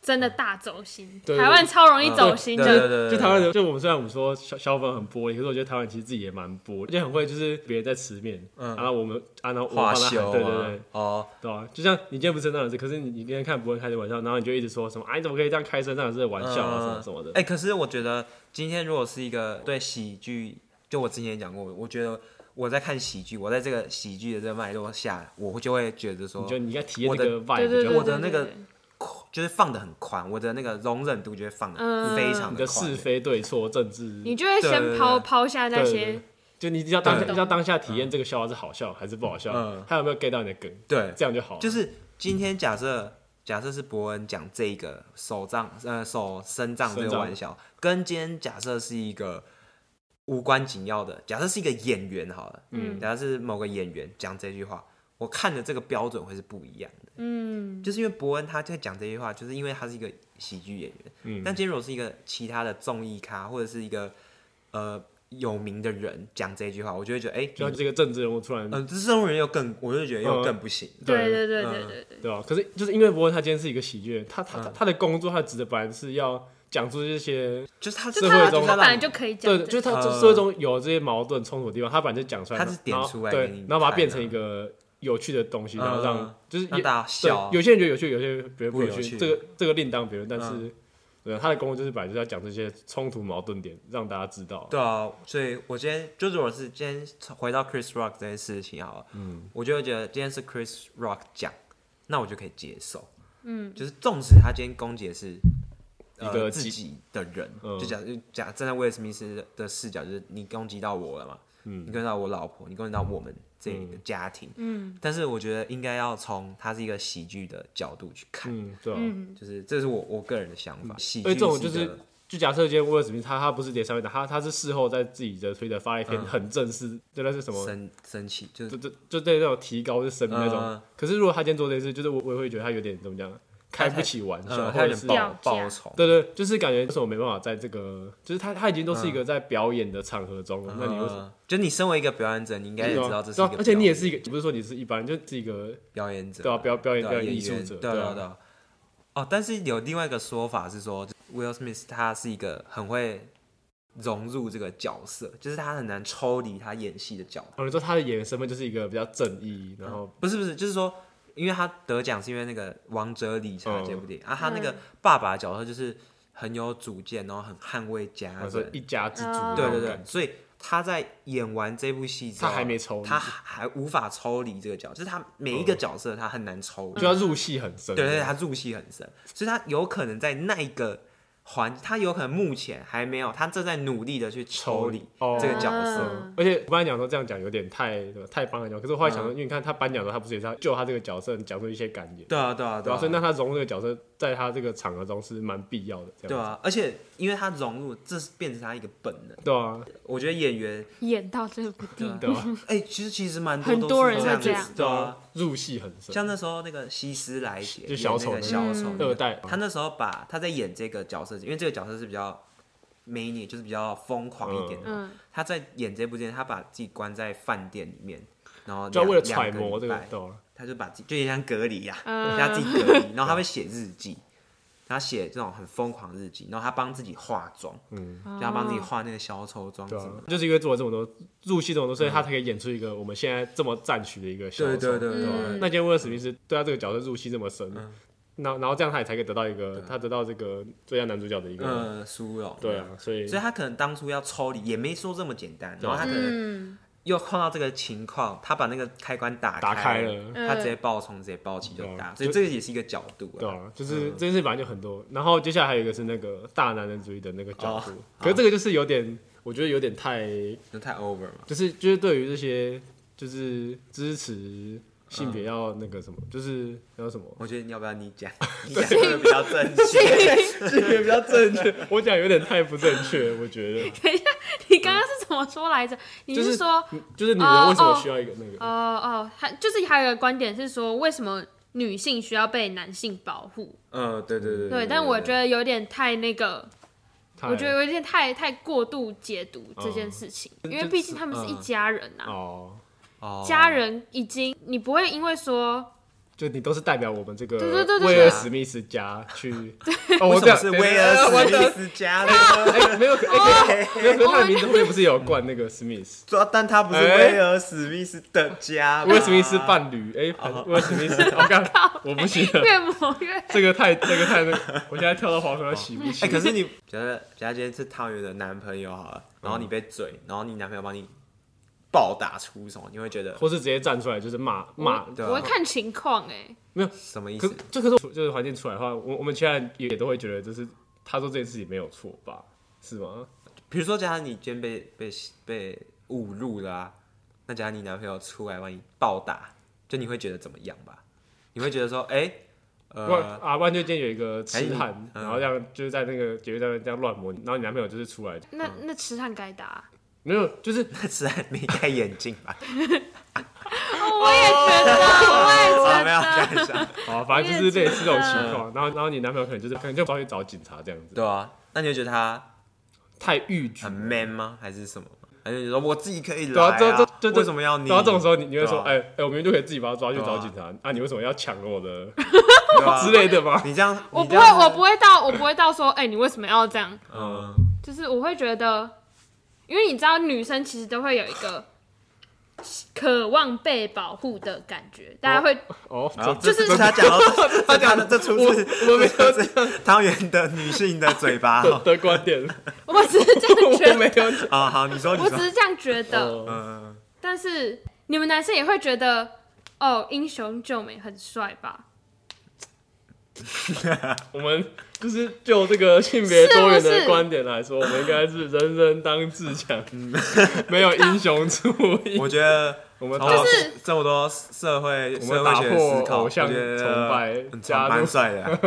Speaker 1: 真的大走心，
Speaker 4: 对对
Speaker 1: 台湾超容易走心
Speaker 5: 嗯对对
Speaker 1: 的，
Speaker 5: 对，
Speaker 4: 就台湾人，就我们虽然我们说消消防很玻璃，可是我觉得台湾其实自己也蛮玻璃，就很会就是别人在吃面，
Speaker 5: 嗯
Speaker 4: 然后我们，啊、然后我
Speaker 5: 花
Speaker 4: 帮他喊
Speaker 5: 修 啊，
Speaker 4: 对对对，
Speaker 5: 哦，
Speaker 4: 对啊，就像你今天不是那样子，可是你你今天看博文开的玩笑，然后你就一直说什么啊，你怎么可以这样开声，这样是玩笑啊，什么
Speaker 5: 嗯
Speaker 4: 什么的。
Speaker 5: 哎、可是我觉得今天如果是一个对喜剧，就我之前也讲过，我觉得我在看喜剧，我在这个喜剧的这个脉络下，我会就会觉得说
Speaker 4: 你，就你应该体验
Speaker 5: 我
Speaker 4: 那
Speaker 5: 的
Speaker 4: 个 vibe，
Speaker 1: 对对
Speaker 4: 比
Speaker 1: 对，
Speaker 4: 较
Speaker 5: 我的那个
Speaker 1: 对对对
Speaker 5: 就是放的很宽，我的那个容忍度就会放的
Speaker 1: 嗯
Speaker 5: 非常
Speaker 4: 你
Speaker 5: 的
Speaker 4: 的
Speaker 5: 宽。
Speaker 4: 是非对错、政治，
Speaker 1: 你就会
Speaker 5: 对对
Speaker 1: 先抛
Speaker 5: 对
Speaker 1: 抛下那
Speaker 4: 对对
Speaker 1: 些
Speaker 4: 对，就你要当下，
Speaker 5: 对
Speaker 4: 你要当下体验这个笑话是好笑还是不好笑
Speaker 5: 嗯，
Speaker 4: 还有没有 get 到你的梗，
Speaker 5: 对，
Speaker 4: 这样就好了。
Speaker 5: 就是今天假设假设是伯恩讲这个手杖呃手伸杖这
Speaker 4: 伸
Speaker 5: 个
Speaker 4: 杖
Speaker 5: 玩笑，跟今天假设是一个无关紧要的，假设是一个演员好了，
Speaker 1: 嗯
Speaker 5: 假设是某个演员讲这句话，我看的这个标准会是不一样的。
Speaker 1: 嗯，
Speaker 5: 就是因为伯恩他在讲这些话，就是因为他是一个喜剧演员。
Speaker 4: 嗯
Speaker 5: 但今天如果是一个其他的综艺咖或者是一个呃有名的人讲这句话，我就会觉得哎，
Speaker 4: 就像
Speaker 5: 你
Speaker 4: 这个政治人物突然，
Speaker 5: 呃，这种人又更，我就觉得又
Speaker 4: 嗯
Speaker 5: 更不行。
Speaker 1: 对
Speaker 4: 对
Speaker 1: 对对
Speaker 5: 嗯
Speaker 1: 对对对，
Speaker 4: 对吧？可是就是因为博文他今天是一个喜剧人，他他他
Speaker 5: 嗯
Speaker 4: 他的工作他的职责本来是要讲出这些，
Speaker 5: 就是他
Speaker 4: 社
Speaker 1: 就
Speaker 4: 会
Speaker 1: 他
Speaker 4: 中
Speaker 1: 他本来
Speaker 5: 让
Speaker 1: 就可以讲
Speaker 4: 对，
Speaker 1: 这
Speaker 4: 就是
Speaker 1: 个，
Speaker 4: 他
Speaker 5: 呃
Speaker 4: 社会中有这些矛盾冲突的地方，他本来就讲出来，
Speaker 5: 他是点
Speaker 4: 然后
Speaker 5: 出来
Speaker 4: 对
Speaker 5: 给你，
Speaker 4: 然后把它
Speaker 5: 看
Speaker 4: 变
Speaker 5: 啊
Speaker 4: 成一个有趣的东西，然后
Speaker 5: 嗯
Speaker 4: 让就是
Speaker 5: 让
Speaker 4: 也
Speaker 5: 大家笑啊
Speaker 4: 对，有些人觉得有趣，有些人觉得不
Speaker 5: 不
Speaker 4: 有
Speaker 5: 有
Speaker 4: 趣，
Speaker 5: 趣嗯
Speaker 4: 这个这个另当别论。但是，对啊他的工作就是本来就是要讲这些冲突矛盾点，让大家知道。
Speaker 5: 对啊，所以我今天就如果是今天回到 Chris Rock 这件事情好了，嗯，我就会觉得今天是 Chris Rock 讲，那我就可以接受，嗯，就是纵使他今天攻击的是。呃
Speaker 4: 一个
Speaker 5: 自
Speaker 4: 极
Speaker 5: 己的人，
Speaker 4: 嗯
Speaker 5: 就假就假站在威尔史密斯的视角，就是你攻击到我了嘛，嗯，你攻击到我老婆，你攻击到我们这个家庭，
Speaker 1: 嗯
Speaker 5: 但是我觉得应该要从他是一个喜剧的角度去看，
Speaker 4: 嗯，对啊。
Speaker 1: 嗯，
Speaker 5: 就是这是我我个人的想法，喜
Speaker 4: 因为
Speaker 5: 剧
Speaker 4: 这种
Speaker 5: 一
Speaker 4: 就是
Speaker 5: 个
Speaker 4: 就假设今天威尔史密斯他他不是连上面打，他他是事后在自己的推特发了一篇
Speaker 5: 嗯
Speaker 4: 很正式，就那是什么，
Speaker 5: 生生气，就是
Speaker 4: 就就就对那种提高就声明那
Speaker 5: 嗯
Speaker 4: 种。可是如果他今天做这件事，就是我我也会觉得他有点怎么讲，开不起玩笑，
Speaker 5: 呃，
Speaker 4: 或
Speaker 5: 他
Speaker 4: 者
Speaker 5: 有
Speaker 4: 嗯是
Speaker 5: 点
Speaker 1: 掉
Speaker 5: 报
Speaker 1: 价
Speaker 5: 报仇，
Speaker 4: 对对，就是感觉为什么没办法在这个，就是他他已经都是一个在表演的场合中了，那你为什么？
Speaker 5: 嗯就你身为一个表演者，你应该也知道这是
Speaker 4: 对
Speaker 5: 一
Speaker 4: 啊
Speaker 5: 个，
Speaker 4: 而且你也是一个，不是说你是一般人，就是一个
Speaker 5: 表演者，
Speaker 4: 对啊，表表演表
Speaker 5: 对啊
Speaker 4: 演艺术
Speaker 5: 员
Speaker 4: 者，
Speaker 5: 对啊对啊
Speaker 4: 啊
Speaker 5: 对，啊。哦，但是有另外一个说法是说就，Will Smith 他是一个很会融入这个角色，就是他很难抽离他演戏的角色。哦
Speaker 4: 哦，你说他的演员身份就是一个比较正义，
Speaker 5: 嗯
Speaker 4: 然后
Speaker 5: 不是不是，就是说，因为他得奖是因为那个《王者理查》这部电影、啊，他那个
Speaker 1: 嗯
Speaker 5: 爸爸的角色就是很有主见，然后很捍卫家
Speaker 4: 我
Speaker 5: 人，
Speaker 4: 说一家之主
Speaker 1: 哦
Speaker 4: 那种感觉，
Speaker 5: 嗯对对对，所以他在演完这部戏之后，
Speaker 4: 他还没抽离
Speaker 5: 他还无法抽离这个角色，就是他每一个角色他很难抽离，
Speaker 4: 嗯就要入戏很深，
Speaker 5: 对对对，他入戏很深，所以他有可能在那一个环，他有可能目前还没有，他正在努力的去抽离
Speaker 4: 哦
Speaker 5: 这个角色，
Speaker 1: 嗯
Speaker 4: 而且我刚才讲说这样讲有点太太帮人讲，可是我后来想说，因为你看他颁奖的时候，他不是也是要就他这个角色讲出一些感言，
Speaker 5: 嗯对啊对啊
Speaker 4: 对
Speaker 5: 对
Speaker 4: 吧？
Speaker 5: 啊
Speaker 4: 所，以那他融入这个角色，在他这个场合中是蛮必要的，这
Speaker 5: 对
Speaker 4: 样
Speaker 5: 啊，而且因为他融入，这是变成他一个本能。
Speaker 4: 对啊，
Speaker 5: 我觉得演员，
Speaker 1: 演到这部电影，
Speaker 4: 对啊。
Speaker 5: 哎、其实其实蛮
Speaker 1: 嗯很
Speaker 5: 多
Speaker 1: 多
Speaker 5: 都
Speaker 1: 人
Speaker 5: 是
Speaker 1: 会
Speaker 5: 样
Speaker 1: 这
Speaker 5: 子
Speaker 1: 样，
Speaker 5: 对啊。，
Speaker 4: 入戏很深。
Speaker 5: 像那时候那个希斯莱杰，
Speaker 4: 就小丑
Speaker 5: 演那个
Speaker 4: 那
Speaker 5: 小
Speaker 1: 个
Speaker 5: 丑
Speaker 1: 嗯
Speaker 5: 那
Speaker 4: 二
Speaker 5: 个
Speaker 4: 代
Speaker 5: 他那时候把他在演这个角色，因为这个角色是比较 mania，就是比较疯狂一点的。
Speaker 1: 嗯，
Speaker 5: 他在演这部电影，他把自己关在饭店里面，然后
Speaker 4: 就要
Speaker 5: 两
Speaker 4: 为了揣
Speaker 5: 两
Speaker 4: 摩这
Speaker 5: 礼
Speaker 4: 个啊
Speaker 5: 拜，
Speaker 4: 懂了。
Speaker 5: 他就把自己就有点像隔离呀、
Speaker 1: 嗯
Speaker 5: 他自己隔离，然后他
Speaker 4: 嗯
Speaker 5: 会写日记。他写这种很疯狂的日记，然后他帮自己化妆，嗯，就他帮
Speaker 1: 哦
Speaker 5: 自己化那个小丑妆什
Speaker 4: 对
Speaker 5: 么
Speaker 4: 啊
Speaker 5: 的，，
Speaker 4: 就是因为做了这么多入戏这么多，所以他才可以演出一个我们现在这么赞许的一个小丑。
Speaker 5: 对对对嗯
Speaker 4: 对吧
Speaker 1: 嗯
Speaker 4: 那今天威尔史密斯对他这个角色入戏这么深，那然后这样他也才可以得到一个他得到这个最佳男主角的一个
Speaker 5: 啊嗯，苏荣，
Speaker 4: 对啊，所以
Speaker 5: 所以他可能当初要抽离也没说这么简单，然后他可能
Speaker 1: 嗯，
Speaker 5: 又碰到这个情况，他把那个开关打
Speaker 4: 打开
Speaker 5: 开
Speaker 4: 了
Speaker 1: 嗯
Speaker 5: 他直接爆冲，直接爆气就
Speaker 4: 对
Speaker 5: 打，
Speaker 4: 啊
Speaker 5: 所以
Speaker 4: 就
Speaker 5: 这个也是一个角度
Speaker 4: 对
Speaker 5: 啊。
Speaker 4: 啊，就是这件事本来就很多。然后接下来还有一个是那个大男人主义的那个角
Speaker 5: 啊
Speaker 4: 度，可是这个就是有点，我觉得有点太
Speaker 5: 那太 over 嘛，
Speaker 4: 就是就是对于这些就是支持性别要那个什么，就是要什么，
Speaker 5: 我觉得你要不要你讲，你讲
Speaker 4: 啊
Speaker 5: 会比较正 确，
Speaker 4: 比较正确， 我讲有点太不正确，我觉 得
Speaker 1: 你刚刚是怎么说来着？你
Speaker 4: 就是
Speaker 1: 是说，
Speaker 4: 就是女人为什么需要一个那
Speaker 1: 哦
Speaker 4: 个？
Speaker 1: 哦，还就是还有一个观点是说，为什么女性需要被男性保护？
Speaker 5: 嗯，对对对
Speaker 1: 对，但我觉
Speaker 5: 得
Speaker 1: 得有点太那个，
Speaker 4: 太
Speaker 1: 我觉得有点太太过度解读这件事情，
Speaker 5: 嗯
Speaker 1: 因为毕竟啊他们是一家人呐、
Speaker 4: 哦，
Speaker 1: 家人已经，你不会因为说
Speaker 4: 就你都是代表我们这个
Speaker 1: 对对对对
Speaker 4: 威
Speaker 1: 对
Speaker 4: 尔
Speaker 1: 啊
Speaker 4: 史密斯家去。哦，
Speaker 5: 为
Speaker 4: 我
Speaker 5: 什
Speaker 4: 这样
Speaker 5: 么是
Speaker 4: 等一下
Speaker 5: 威尔
Speaker 4: 我
Speaker 5: 史密
Speaker 4: 的
Speaker 5: 斯家呢？
Speaker 4: 哎，没有，可哎
Speaker 1: 哦
Speaker 4: 可没有，可是他的名字后面不是有冠那个史密斯？
Speaker 5: 主要但他不是
Speaker 4: 哎
Speaker 5: 威尔史密斯的家吧，
Speaker 4: 威尔史密斯伴侣，
Speaker 1: 哦
Speaker 4: 哎，还是威尔史密 斯，我刚
Speaker 1: 哎
Speaker 4: 我不行了，
Speaker 1: 越磨越
Speaker 4: 这个太这个太那个，我现在跳到黄河要洗不
Speaker 5: 哎、
Speaker 4: 起。
Speaker 5: 可 是你假设假设今天是汤圆的男朋友好了，然后你被嘴，然后你男朋友帮你暴打出手，你会觉得
Speaker 4: 或是直接站出来就是骂骂
Speaker 1: 我
Speaker 5: 对啊
Speaker 1: 我会看情况哎，
Speaker 5: 什么意
Speaker 4: 可
Speaker 5: 思？
Speaker 4: 这可是我就是环境出来的话，我我们其他人也都会觉得，就是他做这件事情没有错吧？是吗？
Speaker 5: 比如说，假如你今天被被被侮辱了、啊，那假如你男朋友出来帮你暴打，就你会觉得怎么样吧？你会觉得说，哎、
Speaker 4: 万、
Speaker 5: 呃，
Speaker 4: 啊，万就间有一个
Speaker 5: 哎
Speaker 4: 痴
Speaker 5: 你
Speaker 4: 汉，
Speaker 5: 嗯
Speaker 4: 然后这样就是在那个捷运站这样乱摸你，然后你男朋友就是出来，
Speaker 1: 那
Speaker 5: 嗯
Speaker 1: 那痴汉该打。
Speaker 4: 没有，就是
Speaker 5: 那是还没戴眼镜 吧？
Speaker 1: 哦，我也觉得，我也
Speaker 5: 啊，
Speaker 1: 觉
Speaker 5: 没有，
Speaker 1: 得。
Speaker 5: 开玩笑。
Speaker 4: 啊，反正就是类似这种情
Speaker 5: 嗯
Speaker 4: 况，然后然后你男朋友可能就是可能就跑去找警察这样子，
Speaker 5: 对啊，那你会觉得他
Speaker 4: 太逾矩
Speaker 5: 很。man 吗？还是什么吗？还是你说我自己可以
Speaker 4: 嗯对
Speaker 5: 来、
Speaker 4: 啊，这这这这
Speaker 5: 为什么要你？
Speaker 4: 然后这种时候你你会说，
Speaker 5: 对啊
Speaker 4: 哎哎，我明明就可以自己把他抓去
Speaker 5: 对啊
Speaker 4: 找警察，啊，你为什么要抢我的
Speaker 5: 对啊
Speaker 4: 之类的吗？
Speaker 5: 你这样，
Speaker 1: 我
Speaker 5: 你
Speaker 1: 不
Speaker 5: 这
Speaker 1: 会，
Speaker 5: 样
Speaker 1: 我
Speaker 5: 子
Speaker 1: 不会到，我不会到说，哎、你为什么要这样？
Speaker 5: 嗯。
Speaker 1: 就是我会觉得，因为你知道，女生其实都会有一个渴望被保护的感觉，大家会，
Speaker 4: 哦，
Speaker 5: 好
Speaker 1: 就
Speaker 4: 这
Speaker 5: 这
Speaker 1: 是
Speaker 5: 这他讲到这他讲的这出自
Speaker 4: 我没有
Speaker 5: 这出自汤圆的女性的嘴巴
Speaker 4: 的
Speaker 5: 哦
Speaker 4: 的观 点，
Speaker 1: 我只是这样觉得，
Speaker 4: 我没有
Speaker 5: 啊好，你说你
Speaker 1: 我只
Speaker 5: 说，
Speaker 1: 是这样觉得。
Speaker 4: 哦
Speaker 5: 嗯，
Speaker 1: 但是你们男生也会觉得，哦，英雄救美很帅吧？
Speaker 4: 我们就是就这个性别多元
Speaker 1: 是不
Speaker 4: 的
Speaker 1: 是
Speaker 4: 观点来说，我们应该是人人当自强， 没有英雄主义。
Speaker 5: 嗯我觉得啊
Speaker 4: 我们
Speaker 5: 从
Speaker 4: 打
Speaker 1: 是
Speaker 5: 这么多社会
Speaker 4: 我
Speaker 5: 社
Speaker 4: 们
Speaker 5: 会
Speaker 4: 打
Speaker 5: 学思
Speaker 4: 破
Speaker 5: 考，
Speaker 4: 偶
Speaker 5: 我觉
Speaker 4: 像
Speaker 5: 得
Speaker 4: 崇拜
Speaker 5: 很，
Speaker 4: 加
Speaker 5: 崇
Speaker 4: 入
Speaker 5: 蛮帅的啊。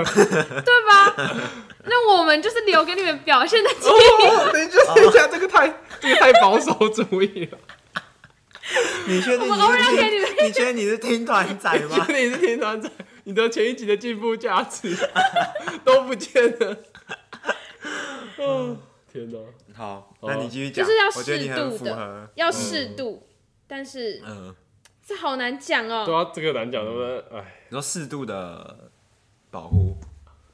Speaker 1: 那我们就是留给你们表现的机
Speaker 4: 哦，等一下，等一
Speaker 5: 啊
Speaker 4: 下， 这个太这个太保守主义了。
Speaker 5: 你确定
Speaker 1: 我偶尔要给你
Speaker 5: 你
Speaker 1: 们
Speaker 5: 是你确定你是听团仔
Speaker 4: 你
Speaker 5: 吗
Speaker 4: 确？定你是天团仔？你的前一集的进步价值 都不见了。 嗯，天哪！
Speaker 5: 好，
Speaker 4: 好
Speaker 5: 哦那你继续讲，
Speaker 1: 就是要
Speaker 5: 我觉得你
Speaker 1: 适度
Speaker 5: 很符
Speaker 1: 的
Speaker 5: 合，
Speaker 1: 要适度，但是
Speaker 5: 嗯，
Speaker 1: 这好难讲
Speaker 4: 对
Speaker 1: 哦。
Speaker 4: 啊，这个难讲，对不对？哎，
Speaker 5: 你说适度的保护，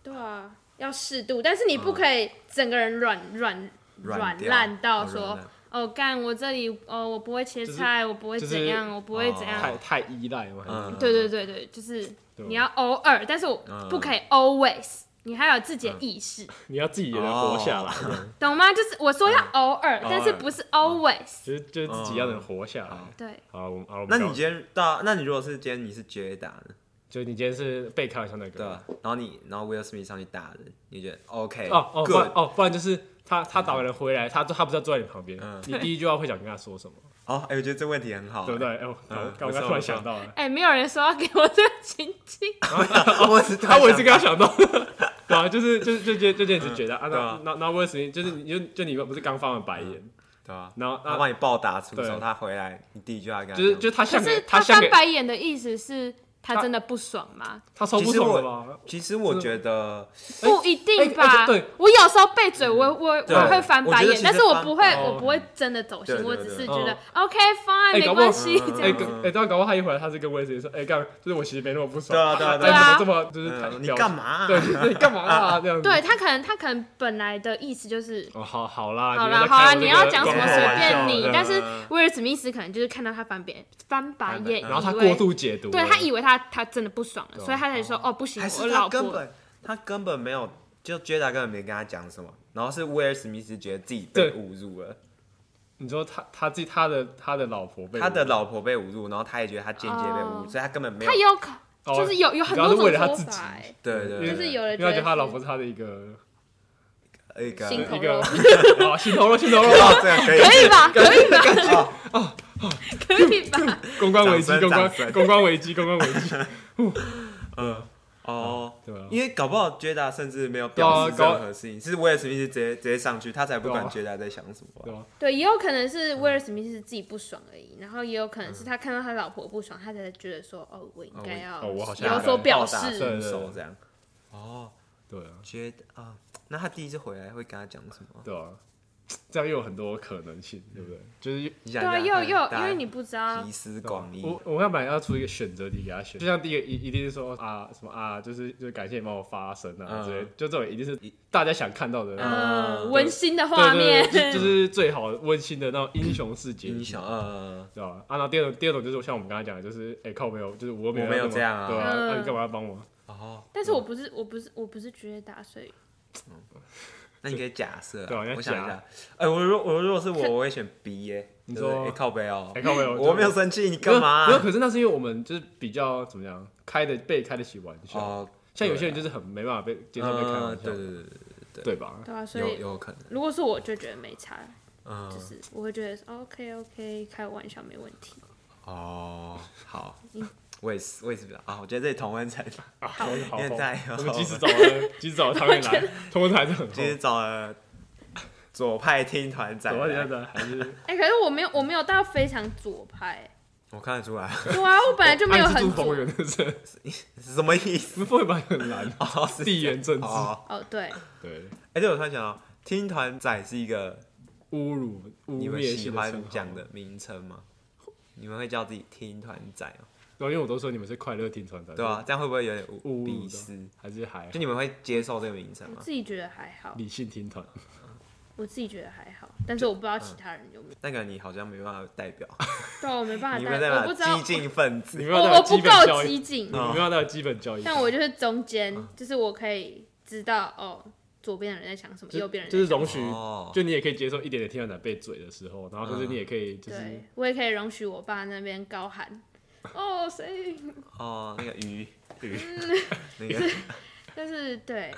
Speaker 1: 对啊，要适度，但是你不可以整个人软软
Speaker 5: 嗯软
Speaker 1: 软
Speaker 5: 掉
Speaker 1: 烂到
Speaker 5: 哦
Speaker 1: 说
Speaker 5: 软烂，
Speaker 1: 哦，干我这里，哦，我不会切菜，我不会
Speaker 4: 就是
Speaker 1: 怎样，我不会怎
Speaker 5: 哦
Speaker 1: 样。
Speaker 4: 太太依赖嘛。还是
Speaker 5: 嗯，
Speaker 1: 对对对对，就是
Speaker 4: 对
Speaker 1: 你要偶尔，但是我
Speaker 5: 嗯
Speaker 1: 不可以 always，你还有自己的意识，
Speaker 4: 你要自己也能活下来，
Speaker 5: 哦
Speaker 1: 懂吗？就是我说要偶尔
Speaker 5: 嗯，
Speaker 1: 但是不是 always。
Speaker 4: 就是就是自己要能活下来
Speaker 5: 嗯。
Speaker 1: 对，
Speaker 4: 好，我们好，我们
Speaker 5: 那
Speaker 4: 不要
Speaker 5: 你今天到，那你如果是今天你是接打呢？
Speaker 4: 就你今天是被开玩笑那个，
Speaker 5: 对啊，然后你，然后 Will Smith 上去打人，你觉得 OK？
Speaker 4: 哦哦，不
Speaker 5: good
Speaker 4: 然哦，不然就是他他打完人回来，他他不知道坐在你旁边
Speaker 5: 嗯，
Speaker 4: 你第一句话会想跟他说什么，
Speaker 5: 哦，哎，我觉得这问题很好，
Speaker 4: 对不对？哎，我我
Speaker 5: 嗯
Speaker 4: 我刚
Speaker 5: 不
Speaker 4: 刚
Speaker 5: 错
Speaker 4: 突然想到 了，
Speaker 1: 哎，没有人说要给我这个情境，
Speaker 5: 对？ 我是
Speaker 4: 他我也是
Speaker 5: 个，
Speaker 4: 刚刚想到的， 对啊，就是就是就就就这样子觉得啊，
Speaker 5: 对啊
Speaker 4: 那那那威尔史密斯就是你就就你不是刚翻完白眼，
Speaker 5: 对啊，
Speaker 4: 然后
Speaker 5: 他
Speaker 4: 那
Speaker 5: 把你暴打出手，
Speaker 4: 对
Speaker 5: 他回来，你第一句话跟他
Speaker 4: 就是
Speaker 5: 讲
Speaker 4: 就他
Speaker 1: 可
Speaker 4: 像
Speaker 1: 是
Speaker 4: 个
Speaker 1: 他
Speaker 4: 像
Speaker 1: 翻
Speaker 4: 个
Speaker 1: 白眼的意思是他真的不爽吗？
Speaker 4: 他超不
Speaker 5: 其实
Speaker 4: 爽
Speaker 5: 我
Speaker 4: 的吧？
Speaker 5: 其实我觉得，
Speaker 1: 不一定
Speaker 4: 哎哎
Speaker 1: 吧
Speaker 4: 对。
Speaker 1: 我有时候被嘴，我我
Speaker 5: 对
Speaker 1: 我会翻白
Speaker 5: 我觉得
Speaker 1: 眼
Speaker 5: 其，实
Speaker 1: 但是我不会，
Speaker 4: 翻
Speaker 1: 我不会真的走心，
Speaker 5: 对对
Speaker 1: 我
Speaker 5: 对
Speaker 1: 只是
Speaker 4: 对
Speaker 1: 觉得
Speaker 4: 嗯
Speaker 1: OK fine，
Speaker 4: 哎
Speaker 1: 没
Speaker 4: 搞不好
Speaker 1: 关系
Speaker 5: 嗯嗯嗯
Speaker 1: 这
Speaker 4: 哎，
Speaker 1: 样。
Speaker 4: 跟哎，但搞不好他一回来，他是跟威尔史密斯说，哎，刚就是我其实没那么不爽，
Speaker 5: 对啊对啊
Speaker 1: 对啊
Speaker 4: 哎怎么这么就是
Speaker 5: 嗯
Speaker 4: 太
Speaker 5: 你
Speaker 4: 表
Speaker 5: 干嘛？
Speaker 4: 对，就是你干嘛啊？这样子。
Speaker 1: 对他可能他可能本来的意思就是，
Speaker 4: 哦，好好啦，
Speaker 1: 好
Speaker 4: 啦
Speaker 1: 啦好啦，你要讲什么
Speaker 5: 光头
Speaker 1: 随
Speaker 5: 玩笑
Speaker 1: 便你
Speaker 5: 对，
Speaker 1: 但是
Speaker 5: 嗯
Speaker 1: 威尔史密斯可能就是看到他翻白翻白
Speaker 5: 翻白
Speaker 1: 眼，
Speaker 5: 眼
Speaker 4: 然后他
Speaker 1: 以为
Speaker 4: 过度解读了，
Speaker 1: 对他以为他他真的不爽了，
Speaker 4: 对啊
Speaker 1: 所以他才说哦不行
Speaker 5: 还，
Speaker 1: 我
Speaker 5: 是他
Speaker 1: 老
Speaker 5: 根
Speaker 1: 婆
Speaker 5: 本他根本没有，就 Jada 根本没跟他讲什么，然后是威尔史密斯觉得自己被
Speaker 4: 对
Speaker 5: 侮辱了，
Speaker 4: 你说他他自己他的他的老婆被
Speaker 5: 他的老婆被侮辱，然后他也觉得他间接被侮
Speaker 1: 哦
Speaker 5: 辱，所以他根本没有
Speaker 1: 他，也有可
Speaker 4: 哦
Speaker 1: 就是有有很
Speaker 4: 你知道
Speaker 1: 多
Speaker 4: 是为了
Speaker 1: 种
Speaker 4: 他
Speaker 1: 说
Speaker 4: 自己
Speaker 1: 法，哎
Speaker 5: 对对，
Speaker 4: 因为
Speaker 1: 就是有人
Speaker 4: 因为他觉得他
Speaker 1: 是
Speaker 4: 老婆是他的一个
Speaker 5: 有一个
Speaker 1: 心头
Speaker 4: 一
Speaker 1: 肉
Speaker 4: 个 啊心头肉心头肉，
Speaker 5: 哦，这样可以
Speaker 1: 可 以 吧？可以吧？
Speaker 5: 哦
Speaker 1: 可以吧？
Speaker 4: 公关危机
Speaker 5: 掌声
Speaker 4: 公关
Speaker 5: 掌声
Speaker 4: 公关危机公关危机，
Speaker 5: 哦，
Speaker 4: 对啊
Speaker 5: 因为搞不好 Jada 甚至没有表示
Speaker 4: 对啊搞
Speaker 5: 任何事情，是威尔史密斯直接直接上去，他才不管
Speaker 4: 对
Speaker 5: Jada 在想什么啊
Speaker 4: 对
Speaker 5: 吧。
Speaker 4: 吧？
Speaker 1: 对，也有可能是
Speaker 4: 嗯
Speaker 1: 威尔史密斯自己不爽而已，然后也有可能是他看到他老婆不爽，他才觉得说哦，我应该要
Speaker 4: 哦我好像
Speaker 1: 有所表示。
Speaker 4: 对
Speaker 5: 出
Speaker 4: 对
Speaker 5: 手
Speaker 4: 对
Speaker 5: 这样。哦
Speaker 4: 对啊啊
Speaker 5: ，Jada 啊，那他第一次回来会跟他讲什么？
Speaker 4: 对啊，这样又有很多可能性，对不对？就是
Speaker 5: 你
Speaker 1: 对
Speaker 5: 想
Speaker 1: 啊，
Speaker 5: 一
Speaker 1: 又
Speaker 5: 下
Speaker 1: 又
Speaker 5: 大
Speaker 1: 因
Speaker 5: 家
Speaker 1: 为你不知道
Speaker 5: 集，思广益，
Speaker 4: 我我们要本来要出一个选择题给他选，就像第一个一一定是说啊什么啊，就是就是感谢你帮我发声啊
Speaker 5: 嗯
Speaker 4: 之类的，就这种一定是
Speaker 5: 一
Speaker 4: 大家想看到的那种
Speaker 1: 呃，
Speaker 5: 嗯
Speaker 1: 温馨的画
Speaker 4: 对
Speaker 1: 面，
Speaker 4: 对对，就就是最好温馨的那种英雄式结
Speaker 5: 你
Speaker 4: 局。
Speaker 5: 想，嗯，
Speaker 4: 对吧？啊，然后第二种，第二种就是像我们刚才讲的，就是哎、靠，没有，就是我没有
Speaker 5: 我没有
Speaker 4: 要干嘛
Speaker 5: 这样啊
Speaker 4: 对啊，
Speaker 1: 嗯
Speaker 4: 那、你干嘛要帮我？
Speaker 5: 哦，
Speaker 1: 但是我不是，我不是，我不是绝对打碎，
Speaker 5: 那你可以假设啊，
Speaker 4: 对啊要
Speaker 5: 我想一
Speaker 4: 假
Speaker 5: 下，哎，我如我如果是我，我会选 B 耶，
Speaker 4: 你
Speaker 5: 就是
Speaker 4: 说
Speaker 5: 哎靠北哦
Speaker 4: 哎、，靠， 没有，
Speaker 5: 我没有生气，你干嘛啊
Speaker 4: 没有，？可是那是因为我们就是比较怎么样，开的被开得起玩笑，
Speaker 5: 哦，
Speaker 4: 像有些人就是很没办法被接受被开玩
Speaker 5: 嗯，
Speaker 4: 笑，
Speaker 5: 对对对对
Speaker 4: 对吧？
Speaker 1: 对啊，所
Speaker 5: 对，有
Speaker 1: 以
Speaker 5: 有可能，
Speaker 1: 如果是我就觉得没差，就
Speaker 5: 嗯，
Speaker 1: 是我会觉得 OK OK，开玩笑没问题。
Speaker 5: 哦，好，我也是，我也是比较啊，我觉得这里同温层，
Speaker 4: 啊，好好，
Speaker 5: 现在哦
Speaker 4: 我们及时找了，及时找了汤圆来，通通还是很厚
Speaker 5: 今，天找了左派听团仔
Speaker 4: 怎么
Speaker 5: 来
Speaker 4: 样，的还 是
Speaker 1: 哎、可是我没有，我没有到非常左派、
Speaker 5: 我看得出来，
Speaker 1: 对啊，我本来就没有
Speaker 4: 暗自
Speaker 1: 很
Speaker 4: 住
Speaker 1: 左
Speaker 4: 风。云，是
Speaker 5: 是什么意思？
Speaker 4: 风云版很难，
Speaker 5: 哦， 是
Speaker 4: 地缘政治，
Speaker 5: 哦，
Speaker 1: 哦，对，
Speaker 4: 对，
Speaker 5: 哎，对我突然想到，听团仔是一个
Speaker 4: 侮辱污
Speaker 5: 你们
Speaker 4: 蔑
Speaker 5: 喜
Speaker 4: 性的
Speaker 5: 欢
Speaker 4: 称
Speaker 5: 讲
Speaker 4: 号
Speaker 5: 的名称吗？你们会叫自己听团仔吗？
Speaker 4: 对，因为我都说你们是快乐听团仔，
Speaker 5: 对吧、啊？这样会不会有点
Speaker 4: 侮
Speaker 5: 无
Speaker 4: 辱
Speaker 5: 鄙
Speaker 4: 的
Speaker 5: 视？
Speaker 4: 还是还
Speaker 5: 就你们会接受这个名称
Speaker 1: 我
Speaker 5: 吗？
Speaker 1: 自己觉得还好，
Speaker 4: 理性听团，
Speaker 1: 我自己觉得还好，但是我不知道其他人有没有。
Speaker 5: 那个你好像没办法代表，
Speaker 1: 对 啊，我没办
Speaker 5: 你
Speaker 1: 法
Speaker 5: 们
Speaker 1: 带，
Speaker 5: 在
Speaker 1: 我
Speaker 5: 哪
Speaker 1: 不知道
Speaker 5: 激，进嗯分子
Speaker 4: 你？们
Speaker 1: 我
Speaker 4: 要
Speaker 1: 我
Speaker 4: 到
Speaker 1: 不
Speaker 4: 基本教
Speaker 1: 够激
Speaker 4: 育，
Speaker 1: 进
Speaker 4: 你，们要到基本教育，
Speaker 1: 但我就是中间，
Speaker 5: 嗯
Speaker 1: 就是我可以知道哦，左边的人在想什么，
Speaker 4: 就
Speaker 1: 右边的人
Speaker 4: 就是
Speaker 1: 在想
Speaker 4: 容许
Speaker 5: 哦，
Speaker 4: 就你也可以接受一点点听团仔被嘴的时候，然后就是你也可以就
Speaker 1: 什么
Speaker 4: 是
Speaker 1: 对，我也可以容许我爸那边高 喊。哦，谁？
Speaker 5: 哦，那个鱼
Speaker 4: 鱼，
Speaker 5: 那 个
Speaker 1: 但是对，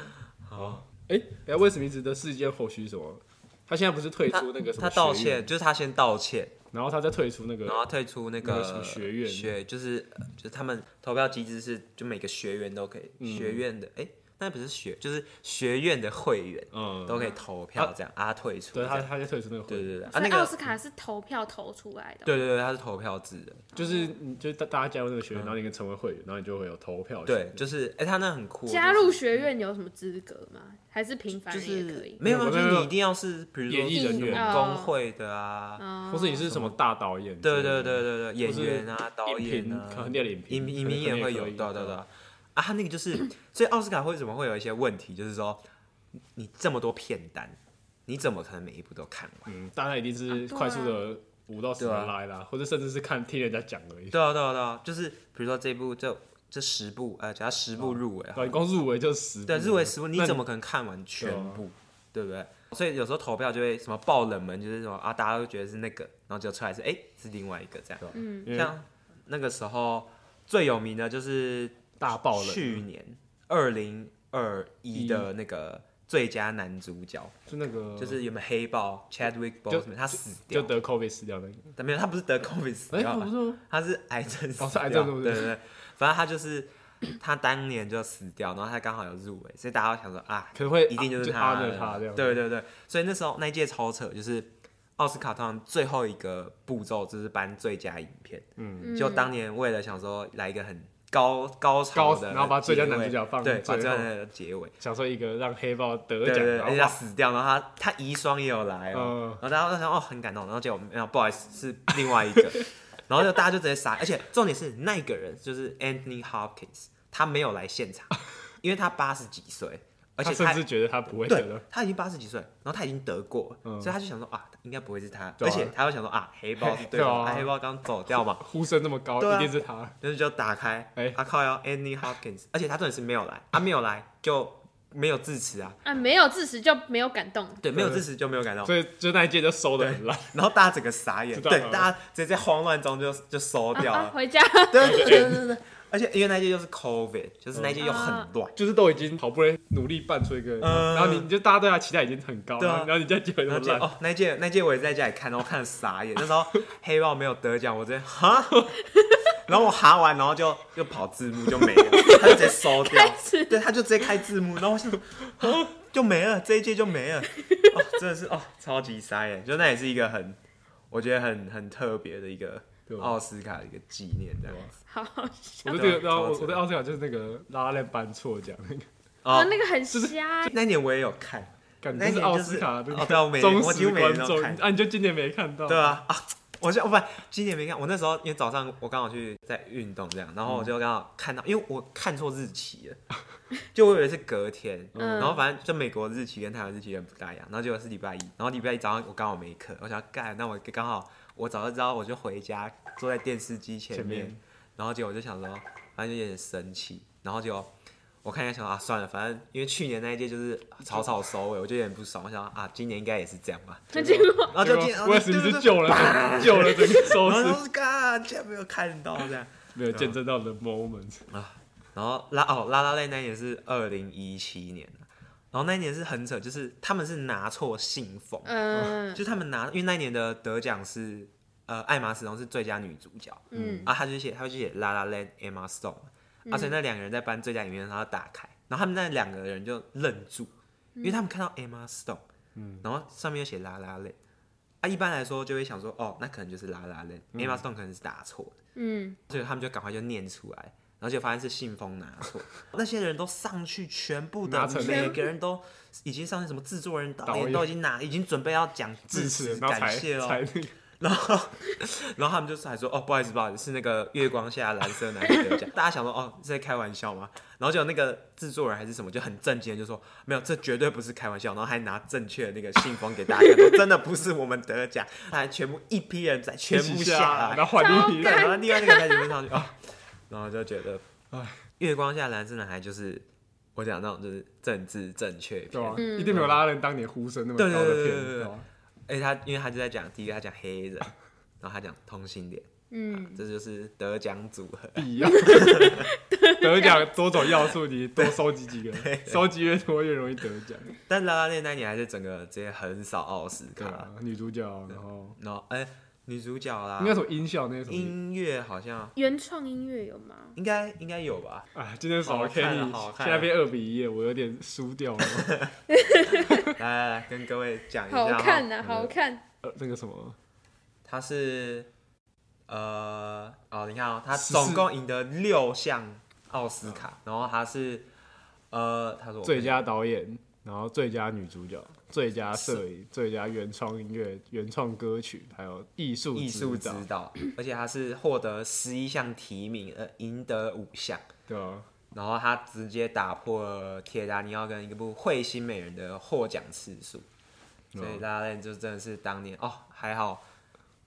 Speaker 5: 哦，
Speaker 4: 哎，哎，威史密斯的事件后续是什么？他现在不是退
Speaker 5: 他
Speaker 4: 出那个什么
Speaker 5: 他道
Speaker 4: 学院，
Speaker 5: 歉，就是他先道歉，
Speaker 4: 然后他再退出那个
Speaker 5: 然后退出那
Speaker 4: 那
Speaker 5: 个
Speaker 4: 个什么学院
Speaker 5: 学就是呃就是他们投票机制是就每个学员都可以，
Speaker 4: 嗯
Speaker 5: 学院的哎、那不是学就是学院的会员
Speaker 4: 嗯，
Speaker 5: 都可以投票这样，啊他退出这
Speaker 4: 对
Speaker 5: 样，
Speaker 4: 他他就退出那个会
Speaker 5: 对
Speaker 4: 议，
Speaker 5: 对对，啊
Speaker 1: 所
Speaker 5: 那
Speaker 1: 以奥
Speaker 5: 个
Speaker 1: 斯卡是投票投出来的。
Speaker 5: 对对对，他是投票制的，
Speaker 4: 就是你就是大大家加入那个学院，然后你可以成为会员，然后你就会有投票权
Speaker 5: 嗯对，就是哎、他那很酷，
Speaker 1: 加入学院有什么资格吗？还是平凡
Speaker 5: 就
Speaker 1: 人
Speaker 5: 是
Speaker 1: 也
Speaker 5: 就
Speaker 1: 可
Speaker 5: 是
Speaker 1: 以？
Speaker 5: 没有，啊
Speaker 4: 没有
Speaker 5: 就
Speaker 4: 没有
Speaker 5: 是
Speaker 4: 没有
Speaker 5: 你一定要是比如
Speaker 4: 演艺
Speaker 5: 说
Speaker 4: 人员，
Speaker 1: 哦
Speaker 5: 工会的啊，
Speaker 1: 嗯
Speaker 4: 或是你是什么大导演之类
Speaker 5: 对
Speaker 4: 的，
Speaker 5: 对对对对，演
Speaker 4: 是
Speaker 5: 员啊，导
Speaker 4: 影
Speaker 5: 演
Speaker 4: 评
Speaker 5: 啊，
Speaker 4: 肯定要影
Speaker 5: 影
Speaker 4: 评，
Speaker 5: 影迷也
Speaker 4: 可能
Speaker 5: 会
Speaker 4: 也
Speaker 5: 有，
Speaker 4: 可
Speaker 5: 对
Speaker 4: 以嗯
Speaker 5: 对对。啊，他那个就是，所以奥斯卡为什么会有一些问题，就是说你这么多片单，你怎么可能每一部都看完？
Speaker 4: 嗯，大家一定是
Speaker 1: 啊对啊
Speaker 4: 快速的五到十
Speaker 5: 对啊
Speaker 4: 人来啦，或者甚至是看听人家讲而已。
Speaker 5: 对啊，对啊，对啊，就是比如说这部就这十部，呃，假如十
Speaker 4: 哦
Speaker 5: 部入围，
Speaker 4: 对，光入围就十，
Speaker 5: 对，入围十部，你
Speaker 4: 那
Speaker 5: 怎么可能看完全部？
Speaker 4: 啊
Speaker 5: 对不对？所以有时候投票就会什么爆冷门，就是什么啊，大家都觉得是那个，然后就出来是哎、是另外一个这样。
Speaker 1: 嗯，
Speaker 4: 因为
Speaker 5: 像那个时候最有名的就是
Speaker 4: 大爆冷，
Speaker 5: 去年二零二一的那个最佳男主角，
Speaker 4: 就那个
Speaker 5: 就是原本黑豹 Chadwick
Speaker 4: 嗯就
Speaker 5: Boseman 他死
Speaker 4: 就
Speaker 5: 掉，
Speaker 4: 得 COVID 死掉那个，
Speaker 5: 但没有他不是得 COVID 死
Speaker 4: 哎，
Speaker 5: 掉
Speaker 4: 哦
Speaker 5: 吧
Speaker 4: 不，是吗？
Speaker 5: 他是癌症死
Speaker 4: 哦是
Speaker 5: 掉，
Speaker 4: 癌症是不是
Speaker 5: 对对对，反正他就是他当年就死掉，然后他刚好有入围，所以大家都想说啊，
Speaker 4: 可能会
Speaker 5: 一定就是
Speaker 4: 就
Speaker 5: 他
Speaker 4: honor
Speaker 5: 了
Speaker 4: 他这样，
Speaker 5: 对对对，所以那时候那一届超扯，就是奥斯卡通常最后一个步骤就是颁最佳影片。
Speaker 1: 嗯
Speaker 5: 就当年为了想说来一个很高高
Speaker 4: 高
Speaker 5: 潮的结尾，
Speaker 4: 然后把最佳男主角放
Speaker 5: 对，把
Speaker 4: 最
Speaker 5: 最佳
Speaker 4: 后
Speaker 5: 男主角结尾，
Speaker 4: 想说一个让黑豹得
Speaker 5: 对对
Speaker 4: 奖，
Speaker 5: 对，
Speaker 4: 然
Speaker 5: 而
Speaker 4: 后
Speaker 5: 且
Speaker 4: 哇
Speaker 5: 他死掉，然后他他遗孀也有来
Speaker 4: 嗯
Speaker 5: 哦，然后大家都想哦很感动，然后结果没有，不好意思是另外一个，然后就大家就直接傻，而且重点是那个人就是 Anthony Hopkins，他没有来现场，因为他八十几岁，而且
Speaker 4: 他甚
Speaker 5: 他
Speaker 4: 至觉得他不会得
Speaker 5: 对
Speaker 4: 了，，嗯
Speaker 5: 他已经八十几岁，然后他已经得过了，所以他就想说啊，应该不会是他，
Speaker 4: 对
Speaker 5: 而
Speaker 4: 啊
Speaker 5: 且他会想说啊，黑豹是对
Speaker 4: 对
Speaker 5: 的，
Speaker 4: 啊
Speaker 5: 啊黑豹刚走掉 嘛，
Speaker 4: 呼声那么高，
Speaker 5: 对啊
Speaker 4: 一定是他，
Speaker 5: 但是就打开，
Speaker 4: 哎
Speaker 5: 他靠要 Andy Hopkins，而且他真的是没有来，啊他、没有来就没有致辞啊，
Speaker 1: 啊，没有致辞就没有感动。
Speaker 5: 对，没有致辞就没有感动，
Speaker 4: 所以就那一届就收的很烂，
Speaker 5: 然后大家整个傻眼，
Speaker 4: 知道了
Speaker 5: 对，大家直接在慌乱中就就收掉
Speaker 1: 啊，
Speaker 5: 了，
Speaker 1: 回家。
Speaker 5: 对对对对对，而且因为那届又是 COVID，就是那届又很
Speaker 4: 嗯
Speaker 5: 乱，
Speaker 4: 就是都已经好不容易努力办出一个，
Speaker 5: 嗯
Speaker 4: 然后你你就大家对他期待已经很高，
Speaker 5: 对啊
Speaker 4: 然后然后你再结尾
Speaker 5: 然
Speaker 4: 那
Speaker 5: 后
Speaker 4: 么
Speaker 5: 届
Speaker 4: 烂，
Speaker 5: 哦那届那届我也在家里看，然后看得傻眼，那时候黑豹没有得奖，我直接哈。然后我哈完，然后就就跑字幕就没了，他就直接收掉
Speaker 1: 开始，
Speaker 5: 对，他就直接开字幕，然后我想啊就没了，这一届就没了，哦，真的是哦，超级塞耶，就那也是一个很，我觉得很很特别的一个
Speaker 4: 对啊吧
Speaker 5: 奥斯卡的一个纪念这样子，
Speaker 1: 好好笑。
Speaker 4: 我对这个，
Speaker 5: 对
Speaker 4: 然后
Speaker 5: 超
Speaker 4: 我
Speaker 5: 扯
Speaker 4: 我对奥斯卡就是那个拉拉链颁错奖，
Speaker 1: 啊，
Speaker 5: 哦，
Speaker 1: 那个很瞎欸，
Speaker 5: 那年我也有看，
Speaker 4: 感
Speaker 5: 那
Speaker 4: 觉
Speaker 5: 一
Speaker 4: 是
Speaker 5: 年
Speaker 4: 奥
Speaker 5: 就是
Speaker 4: 斯卡的
Speaker 5: 哦对啊我每
Speaker 4: 忠
Speaker 5: 我几
Speaker 4: 实
Speaker 5: 乎每年
Speaker 4: 观
Speaker 5: 都
Speaker 4: 众
Speaker 5: 看
Speaker 4: 啊，你就今年没看到？
Speaker 5: 对，啊啊！我就不，今年没看。我那时候因为早上我刚好去在运动这样，然后我就刚好看到，因为我看错日期了，就我以为是隔天，
Speaker 1: 嗯
Speaker 5: 然后反正就美国日期跟台湾日期有点不大一样，然后结果是礼拜一，然后礼拜一早上我刚好没课，我想干，那我刚好我早就知道我就回家坐在电视机前
Speaker 4: 前
Speaker 5: 面，
Speaker 4: 面
Speaker 5: 然后结果我就想说，反正就有点生气，然后结果。我看一下，想说啊，算了，反正因为去年那一届就是草草收尾，我就有点不爽。我想说啊，今年应该也是这哦样吧。
Speaker 1: 那结果
Speaker 5: 然后就今
Speaker 4: 结
Speaker 5: 年
Speaker 4: 果威尔史密
Speaker 5: 对对
Speaker 4: 斯
Speaker 5: 对
Speaker 4: 救了整救了整个收
Speaker 5: 然后
Speaker 4: 视，
Speaker 5: 就是嘎，竟然没有看到这样。
Speaker 4: 没有见证到 the moment。
Speaker 5: 然后拉哦拉拉类那一年是二零一七年，啊然后那一年是很扯，就是他们是拿错信封，
Speaker 1: 嗯
Speaker 5: 就他们拿，因为那一年的得奖是呃艾玛斯通是最佳女主角，
Speaker 1: 嗯
Speaker 5: 啊，他就写他就写拉拉 land Emma Stone，而且那两个人在颁最佳影片的时候他打开，然后他们那两个人就愣住，
Speaker 1: 嗯
Speaker 5: 因为他们看到 Emma Stone，然后上面又写拉拉 land，啊，一般来说就会想说哦，那可能就是拉拉 land，Emma Stone 可能是打错的。
Speaker 1: 嗯，
Speaker 5: 所以他们就赶快就念出来，然后就发现是信封拿 错，那些人都上去，全部的
Speaker 4: 拿成
Speaker 5: 每个人都已经上去，什么制作人、导
Speaker 4: 导
Speaker 5: 演
Speaker 4: 演
Speaker 5: 都已经拿，已经准备要讲致
Speaker 4: 支
Speaker 5: 辞
Speaker 4: 持，然后
Speaker 5: 感
Speaker 4: 才
Speaker 5: 谢
Speaker 4: 才
Speaker 5: 哦。
Speaker 4: 那 个
Speaker 5: 然后，然后他们就是还说哦，不好意思，不好意思，是那个月光下蓝色男孩 得奖。大家想说哦是在开玩笑吗？然后结果那个制作人还是什么就很震惊，就说没有，这绝对不是开玩笑。然后还拿正确的那个信封给大家看，说真的不是我们得奖，还全部一批人在全
Speaker 4: 一
Speaker 5: 部
Speaker 4: 起
Speaker 5: 下
Speaker 4: 下
Speaker 5: 来
Speaker 4: 来，然，后换另一
Speaker 5: 对，
Speaker 4: 个
Speaker 5: 然后另外那个在前面 上去啊，然后就觉得，月光下蓝色男孩就是我讲那种就是政治正确片
Speaker 4: 对，啊，
Speaker 1: 嗯
Speaker 4: 一定没有拉人当年呼声那么
Speaker 5: 对
Speaker 4: 高
Speaker 5: 对
Speaker 4: 的
Speaker 5: 对对
Speaker 4: 片
Speaker 5: 对
Speaker 4: 对
Speaker 5: 对
Speaker 4: 吧，
Speaker 5: 而且他因为他就在讲第一个他讲黑 人，然后他讲同性恋，
Speaker 1: 嗯，
Speaker 5: 这就是得奖组合。
Speaker 4: 必 要。得奖多种要素，你多收集几个， 收集越多越容易得奖。
Speaker 5: 但拉拉链那年还是整个直接横扫奥斯
Speaker 4: 对
Speaker 5: 卡
Speaker 4: 啊，，女主角，然后
Speaker 5: 然后哎女主角啦
Speaker 4: 应，该什么音效那些什么。
Speaker 5: 音乐好像
Speaker 1: 原创音乐有吗？
Speaker 5: 应该应该有吧，
Speaker 4: 啊，今天少了
Speaker 5: 好看啊
Speaker 4: Kenny，
Speaker 5: 好看啊
Speaker 4: 现在变二比一，我有点输掉 了。
Speaker 5: 来来来跟各位讲一下
Speaker 1: 好
Speaker 5: 哈，
Speaker 1: 看啊呐，
Speaker 5: 嗯
Speaker 1: 好看，
Speaker 4: 呃，那个什么，
Speaker 5: 他是呃哦，你看哦，他
Speaker 4: 14
Speaker 5: 总共赢得六项奥斯卡，然后他是呃，他说我
Speaker 4: 最佳导演，然后最佳女主角，最佳摄影，最佳原创音乐、原创歌曲，还有艺术
Speaker 5: 艺术指
Speaker 4: 指导，
Speaker 5: 导，而且他是获得十一项提名，呃，赢得五项，
Speaker 4: 对啊，
Speaker 5: 然后他直接打破了铁达尼奥跟一部《彗星美人》的获奖次数，所以大家就真的是当年哦，还好，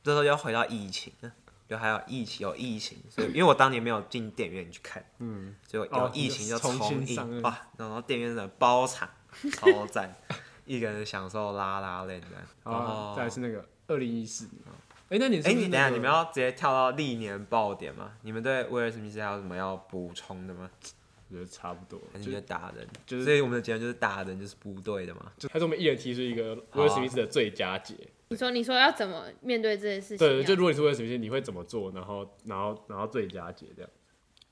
Speaker 5: 这时候要回到疫情了。就还有疫情，有疫情，所以因为我当年没有进电影院去看，
Speaker 4: 嗯，
Speaker 5: 就有
Speaker 4: 哦
Speaker 5: 疫情就
Speaker 4: 重
Speaker 5: 重
Speaker 4: 新上
Speaker 5: 映
Speaker 4: 映
Speaker 5: 哇，然后电影院真的包场，超赞，一个人享受拉拉链的。然
Speaker 4: 啊，
Speaker 5: 后，
Speaker 4: 再来是那个二零一四，哎，那你
Speaker 5: 哦哎，你等一下，你们
Speaker 4: 要
Speaker 5: 要直接跳到历年爆点吗？你们对威尔史密斯还有什么要补充的吗？
Speaker 4: 我觉得差不多，
Speaker 5: 还是
Speaker 4: 就
Speaker 5: 哎你觉得打人？
Speaker 4: 就是嗯
Speaker 5: 所以我们的结论就是打人就是哦不对的嘛。
Speaker 4: 就还是我们一人提出一个威尔史密斯的最佳解。
Speaker 1: 你说你说要怎么面对这件事情？
Speaker 4: 对，
Speaker 5: 啊
Speaker 4: 就如果你是威尔史密斯，你会怎么做？然后，然后，然后最佳解这样。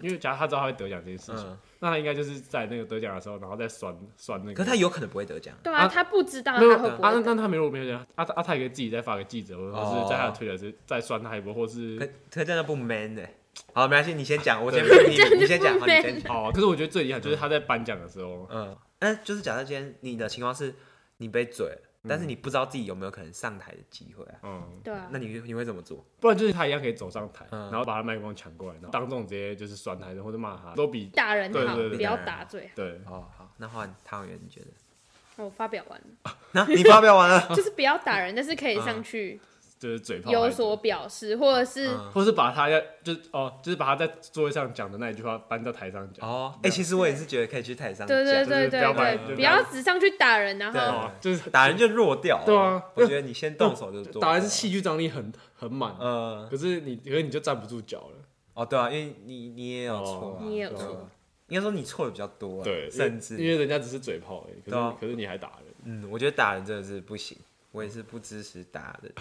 Speaker 4: 因为假如他知道他会得奖这件事情，
Speaker 5: 嗯，
Speaker 4: 那他应该就是在那个得奖的时候，然后再酸酸那个。
Speaker 5: 可是他有可能不会得奖。
Speaker 1: 对啊，
Speaker 4: 啊
Speaker 1: 他不知道他
Speaker 4: 那
Speaker 1: 会不
Speaker 4: 啊，那
Speaker 1: 会
Speaker 4: 那他没有没有讲，阿阿泰可以自己再发给记者，或者是在他的推特是再酸他一波，或是
Speaker 5: 哦可可真的不 man 的。好，没关系，你先讲，我先
Speaker 4: 对
Speaker 5: 你
Speaker 1: 这样就
Speaker 5: 你先讲，
Speaker 1: 不
Speaker 5: 好，你先
Speaker 1: man
Speaker 5: 讲。
Speaker 4: 哦，可是我觉得最遗憾就是他在颁奖的时候，
Speaker 5: 嗯，那就是假设今天你的情况是你被嘴了，但是你不知道自己有没有可能上台的机会啊，
Speaker 4: 嗯，
Speaker 1: 对啊
Speaker 5: 那，你你会怎么做？
Speaker 4: 不然就是他一样可以走上台，
Speaker 5: 嗯
Speaker 4: 然后把他麦克风抢过来，然后当众直接就是酸他，或者骂他，都比
Speaker 1: 打人好，
Speaker 4: 对对对
Speaker 1: 不要打最好。
Speaker 4: 对
Speaker 5: 哦，好，那换汤圆，你觉得？
Speaker 1: 我发表完了，
Speaker 5: 那你发表完了，
Speaker 1: 就是不要打人，但是可以上去
Speaker 4: 就是嘴炮
Speaker 1: 有
Speaker 4: 孩子
Speaker 1: 所，表示，或者是
Speaker 5: 嗯
Speaker 4: 或是把他要就是哦，就是把他在座位上讲的那一句话搬到台上讲，
Speaker 5: 哦，哎、其实我也是觉得可以去台上
Speaker 1: 对对
Speaker 5: 讲，
Speaker 1: 对
Speaker 4: 就是
Speaker 1: 对
Speaker 4: 不要把
Speaker 1: 对，
Speaker 4: 人
Speaker 1: 不要只上去打人，然
Speaker 5: 对
Speaker 1: 后
Speaker 4: 哦，就是
Speaker 5: 打人就弱掉了。
Speaker 4: 对啊
Speaker 5: 我觉得你先动手就做。
Speaker 4: 打人是戏剧张力很很满，
Speaker 5: 嗯，
Speaker 4: 可是你可是你就站不住脚了，
Speaker 5: 哦，对啊，因为你你也有错、
Speaker 4: 哦
Speaker 5: 啊
Speaker 1: 你也有
Speaker 5: 对啊
Speaker 1: 错
Speaker 5: 应该说你错的比较多、啊，
Speaker 4: 对，
Speaker 5: 甚
Speaker 4: 因为
Speaker 5: 至，
Speaker 4: 因为人家只是嘴炮而已，可
Speaker 5: 对
Speaker 4: 是
Speaker 5: 啊
Speaker 4: 你可是你还打人。
Speaker 5: 嗯，我觉得打人真的是不行，我也是不支持打人。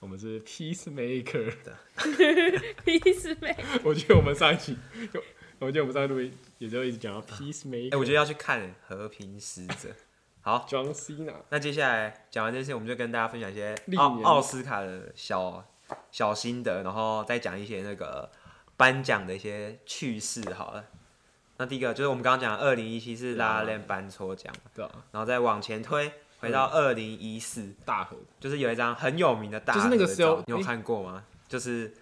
Speaker 4: 我们是 peacemaker，
Speaker 1: peacemaker
Speaker 4: 我觉得我们上一期，我觉得我们上一录音也就一直讲到
Speaker 5: 哎、
Speaker 4: peacemaker，、
Speaker 5: 我觉得要去看《和平使者》。好，
Speaker 4: John Cena
Speaker 5: 那接下来讲完这些，我们就跟大家分享一些
Speaker 4: 历
Speaker 5: 奥
Speaker 4: 年
Speaker 5: 奥斯卡的小小心得，然后再讲一些那个颁奖的一些趣事好了。
Speaker 4: 啊
Speaker 5: 那第一个就是我们刚刚讲，二零一七是拉拉链颁错奖嘛，
Speaker 4: 对啊，
Speaker 5: 然后再往前推，回
Speaker 4: 嗯
Speaker 5: 到二零一四，
Speaker 4: 大河
Speaker 5: 就是有一张很有名的大
Speaker 4: 就是那个
Speaker 5: 合
Speaker 4: 时候
Speaker 5: 照你有
Speaker 4: 诶
Speaker 5: 看过吗？就是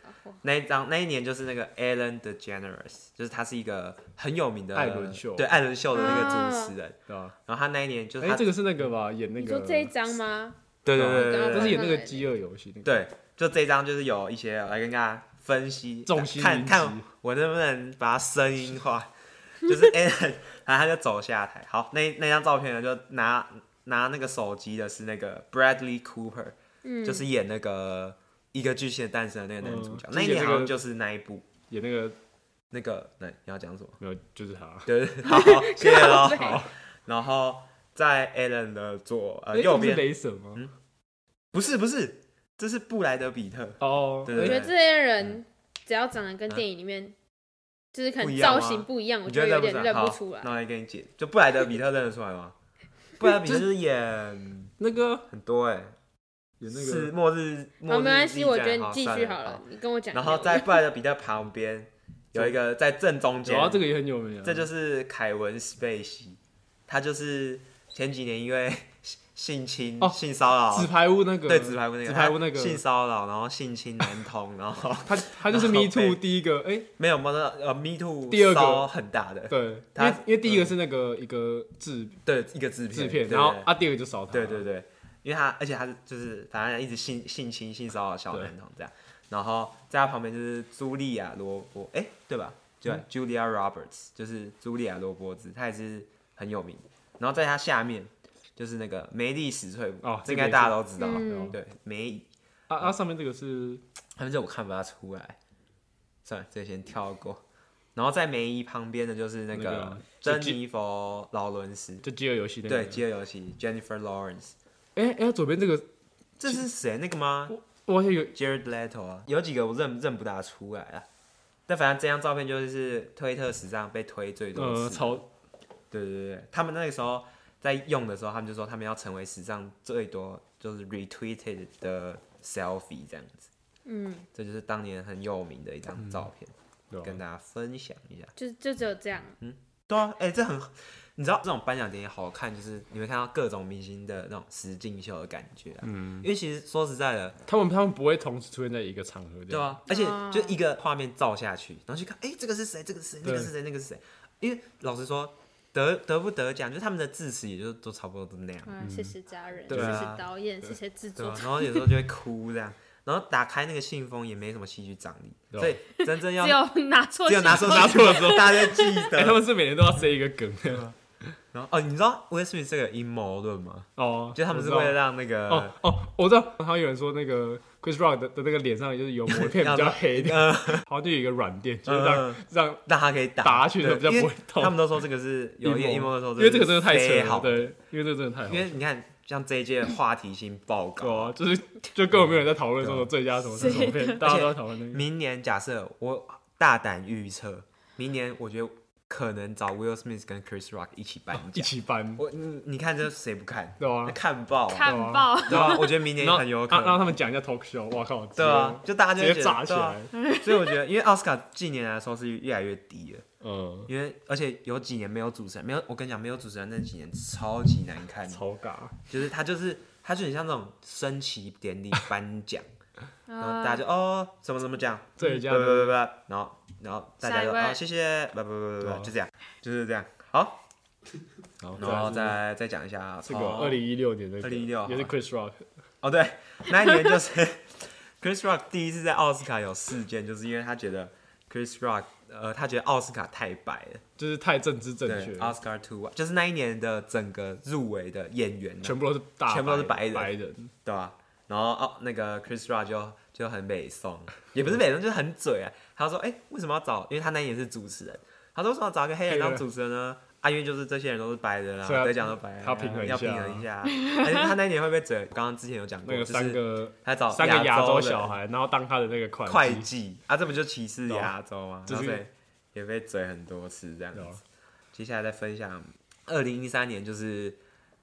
Speaker 5: 那一张那一年就是那个 Ellen DeGeneres，就是他是一个很有名的
Speaker 4: 艾伦秀
Speaker 5: 对艾伦秀的那个主持人。
Speaker 4: 对吧？
Speaker 5: 然后他那一年就是
Speaker 4: 哎
Speaker 5: 他，，
Speaker 4: 这个是那个吧？演那
Speaker 1: 你
Speaker 4: 个
Speaker 1: 说这一张哦吗？
Speaker 5: 对对对对对
Speaker 4: 哦这
Speaker 5: 对
Speaker 4: 是
Speaker 5: 对
Speaker 4: 演那个饥饿游戏那个。
Speaker 5: 对，就这一张就是有一些我来跟大家分析，
Speaker 4: 众星
Speaker 5: 看
Speaker 4: 云集
Speaker 5: 看呃我能不能把它声音化， 就是 Ellen，然后他就走下台。好，那那张照片呢，就拿拿那个手机的是那个 Bradley Cooper，、
Speaker 1: 嗯，
Speaker 5: 就是演那个一个巨蟹诞生的那个男主角，
Speaker 4: 嗯
Speaker 5: 那一
Speaker 4: 就演
Speaker 5: 年
Speaker 4: 那
Speaker 5: 好
Speaker 4: 个
Speaker 5: 像就是那一部。
Speaker 4: 演那个
Speaker 5: 那个，那你要 讲什么？
Speaker 4: 没有，就是他。
Speaker 5: 对，好，谢谢
Speaker 1: 靠。
Speaker 5: 喽
Speaker 1: 背
Speaker 5: 好，然后在 Alan 的左呃
Speaker 4: 哎
Speaker 5: 右
Speaker 4: 这不是
Speaker 5: 边，
Speaker 4: 雷神吗？
Speaker 5: 不是不是，这是布莱德比特，
Speaker 4: 哦，
Speaker 5: 对
Speaker 1: 我
Speaker 5: 对
Speaker 1: 觉
Speaker 5: 对
Speaker 1: 得这些人只要长得跟电影里面就是可能造型不一样，我
Speaker 5: 你
Speaker 1: 就
Speaker 5: 觉
Speaker 1: 会
Speaker 5: 得
Speaker 1: 有
Speaker 5: 认
Speaker 1: 点
Speaker 5: 不
Speaker 1: 认
Speaker 5: 好
Speaker 1: 不出来
Speaker 5: 那。我来给你解，就布莱德比特认得出来吗？布莱德比特就是演
Speaker 4: 那个
Speaker 5: 很多哎、
Speaker 4: 演那
Speaker 5: 是
Speaker 4: 个
Speaker 5: 末日末
Speaker 1: 好，
Speaker 5: 日
Speaker 1: 没关系，
Speaker 5: 逆战
Speaker 1: 我觉得你继续
Speaker 5: 好
Speaker 1: 好
Speaker 5: 算
Speaker 1: 了，你跟我讲一下。
Speaker 5: 然后在布莱德比特旁边有一个在正中间
Speaker 4: 有，啊，这个也很有名啊。
Speaker 5: 这就是凯文史贝西，他就是前几年因为性侵、
Speaker 4: 哦
Speaker 5: 性骚扰
Speaker 4: 纸牌屋那个，
Speaker 5: 对，纸牌屋那个，
Speaker 4: 纸牌屋那
Speaker 5: 他性
Speaker 4: 个，
Speaker 5: 骚扰，然后性侵男童，然后
Speaker 4: 他他就是
Speaker 5: 然后
Speaker 4: Me Too
Speaker 5: 被
Speaker 4: 第一个，哎，
Speaker 5: 没有摸到呃，Me Too
Speaker 4: 第二个
Speaker 5: 骚很大的，
Speaker 4: 对，因
Speaker 5: 他
Speaker 4: 为因为第一个
Speaker 5: 嗯
Speaker 4: 是那个一个制
Speaker 5: 对，一个制片，
Speaker 4: 制片，
Speaker 5: 对
Speaker 4: 然后
Speaker 5: 对
Speaker 4: 啊，第二个就扫他，
Speaker 5: 对对对，因为他而且他是就是反正一直性性侵性骚扰小男童这样，然后在他旁边就是茱莉亚罗伯，哎、对吧？对、
Speaker 4: 嗯
Speaker 5: Julia Roberts 就是茱莉亚罗伯兹，她也是很有名。然后在她下面就是那个梅丽史翠普，
Speaker 4: 哦
Speaker 5: 这
Speaker 4: 这
Speaker 5: 应
Speaker 4: 个
Speaker 5: 该
Speaker 4: 也
Speaker 5: 大家
Speaker 4: 是
Speaker 5: 都知道吧？
Speaker 1: 嗯
Speaker 5: 对，梅，
Speaker 4: 啊啊，上面这个是
Speaker 5: 他们这我看不大出来，算了，这个先跳过。然后在梅姨旁边的就是那
Speaker 4: 那
Speaker 5: 个
Speaker 4: 个
Speaker 5: 珍
Speaker 4: 就基
Speaker 5: 妮佛劳伦斯，
Speaker 4: 就饥饿游戏那个，
Speaker 5: 对，饥饿游戏 Jennifer Lawrence，
Speaker 4: 哎哎，左边这个
Speaker 5: 这是谁？那个吗？
Speaker 4: 我好像有
Speaker 5: Jared Leto 啊，有几个我认认不大出来啊。但反正这张照片就是推特史上被推最多
Speaker 4: 呃
Speaker 5: 次。
Speaker 4: 超
Speaker 5: 对对对，他们那个时候在用的时候，他们就说他们要成为史上最多就是 retweeted 的 selfie 这样子。
Speaker 1: 嗯，
Speaker 5: 这就是当年很有名的一
Speaker 4: 嗯
Speaker 5: 张照片，
Speaker 4: 对吧
Speaker 5: 跟大家分享一下。
Speaker 1: 就就只有这样。
Speaker 5: 对啊，哎、这很，你知道这种颁奖典礼好看，就是你会看到各种明星的那种实境秀的感觉、啊。嗯，因为其实说实在的，
Speaker 4: 他们他们不会同时出现在一个场合，
Speaker 5: 对，啊，而且就一个画面照下去，然后去看，哎、这个是谁？这个是谁？那
Speaker 4: 对
Speaker 5: 个是谁？那个是谁？因为老实说，得得不得奖，就他们的致辞也就都差不多都那样，
Speaker 1: 啊，谢谢家人，谢
Speaker 5: 对啊
Speaker 1: 谢导演，谢谢制
Speaker 5: 对
Speaker 1: 作
Speaker 5: 啊吧、。然后有时候就会哭这样，然后打开那个信封也没什么戏剧张力，
Speaker 4: 对啊
Speaker 5: 所以真正要
Speaker 1: 只有拿错，
Speaker 5: 只有拿出拿出 的时候，大家就记
Speaker 4: 哎，他
Speaker 5: 得。
Speaker 4: 们是每年都要塞一个梗，
Speaker 5: 然后哦，你知道威斯敏这个阴谋论吗？
Speaker 4: 哦，
Speaker 5: 就他们是
Speaker 4: 我知道
Speaker 5: 为了让呃那个
Speaker 4: 哦哦，我知道，好像有人说那个 Chris Rock 的的那个脸上就是有膜 片比较黑一点，好像就有一个软垫，就是让
Speaker 5: 呃嗯
Speaker 4: 让，
Speaker 5: 让他可以打
Speaker 4: 打下去
Speaker 5: 对
Speaker 4: 比较
Speaker 5: 因为
Speaker 4: 不会痛
Speaker 5: 他们都说这个是有一个阴谋论说，
Speaker 4: 因为这个真的太扯
Speaker 5: 非
Speaker 4: 了，
Speaker 5: 好，
Speaker 4: 对，因为这个真的太好
Speaker 5: 因。为你看像这一届的话题性报告
Speaker 4: 对。啊，就是就根本没有人在讨论
Speaker 5: 对啊
Speaker 4: 说最佳什么什么片，大家都在讨论那个。
Speaker 5: 明年假设我大胆预测，明年我觉得可能找 Will Smith 跟 Chris Rock 一起颁
Speaker 4: 哦一
Speaker 5: 奖。
Speaker 4: 起搬，
Speaker 5: 我你你看这谁不看？
Speaker 4: 对啊
Speaker 5: 那看爆啊，
Speaker 1: 看爆，
Speaker 5: 对啊，我觉得明年
Speaker 4: 然后
Speaker 5: 很有可
Speaker 4: 让让
Speaker 5: 能。
Speaker 4: 他们讲一下 talk show，哇靠，
Speaker 5: 对啊，就大家
Speaker 4: 直接，
Speaker 5: 就
Speaker 4: 直接
Speaker 5: 会觉得
Speaker 4: 炸起
Speaker 5: 对啊
Speaker 4: 来，
Speaker 5: 所以我觉得，因为奥斯卡近年来收视率越来越低了，
Speaker 4: 嗯，
Speaker 5: 因为而且有几年没有主持人，没有我跟你讲，没有主持人那几年超级难看，
Speaker 4: 超尬，
Speaker 5: 就是他就是他就很像那种升旗典礼颁奖，然后
Speaker 1: 嗯
Speaker 5: 大家就
Speaker 1: 啊
Speaker 5: 哦怎么怎么讲，嗯
Speaker 4: 最佳
Speaker 5: 不不不不，然后然后大家
Speaker 1: 下一
Speaker 5: 就
Speaker 1: 位
Speaker 5: 啊、谢谢，不不不不
Speaker 4: 对
Speaker 5: 不，
Speaker 4: 啊
Speaker 5: 就这样，就是这样。好，
Speaker 4: 然后
Speaker 5: 然后再哦再讲一下
Speaker 4: 这个二零一六年的
Speaker 5: 2016
Speaker 4: 也是 Chris Rock，
Speaker 5: 哦对，那一年就是 Chris Rock 第一次在奥斯卡有事件，就是因为他觉得 Chris Rock 呃他觉得奥斯卡太白了，
Speaker 4: 就是太政治正
Speaker 5: 对啊
Speaker 4: 确，
Speaker 5: ，Oscar Two 就是那一年的整个入围的演员呢
Speaker 4: 全部都是大，
Speaker 5: 嗯全部都是白人嗯
Speaker 4: 白人，
Speaker 5: 对吧、然后哦，那个 Chris Rock 就就很美颂，也不是美颂，就是很嘴啊。他说：“哎、为什么要找？因为他那年是主持人，他说为什么要找一个黑人当主持人呢？啊，因为就是这些人都是白人啊，
Speaker 4: 所以他
Speaker 5: 得奖都白人啊、
Speaker 4: 他平衡一下
Speaker 5: 要平衡一下啊。而且他那年会被嘴，我刚刚之前有讲过，
Speaker 4: 那个三
Speaker 5: 就是
Speaker 4: 个
Speaker 5: 他找
Speaker 4: 三个亚洲
Speaker 5: 的
Speaker 4: 小孩，然后当他的那个
Speaker 5: 会
Speaker 4: 计，
Speaker 5: 计啊，这不就歧视亚洲吗？
Speaker 4: 对啊就
Speaker 5: 然后
Speaker 4: 是
Speaker 5: 所以也被嘴很多次这样
Speaker 4: 对啊
Speaker 5: 子。接下来再分享二零一三年就是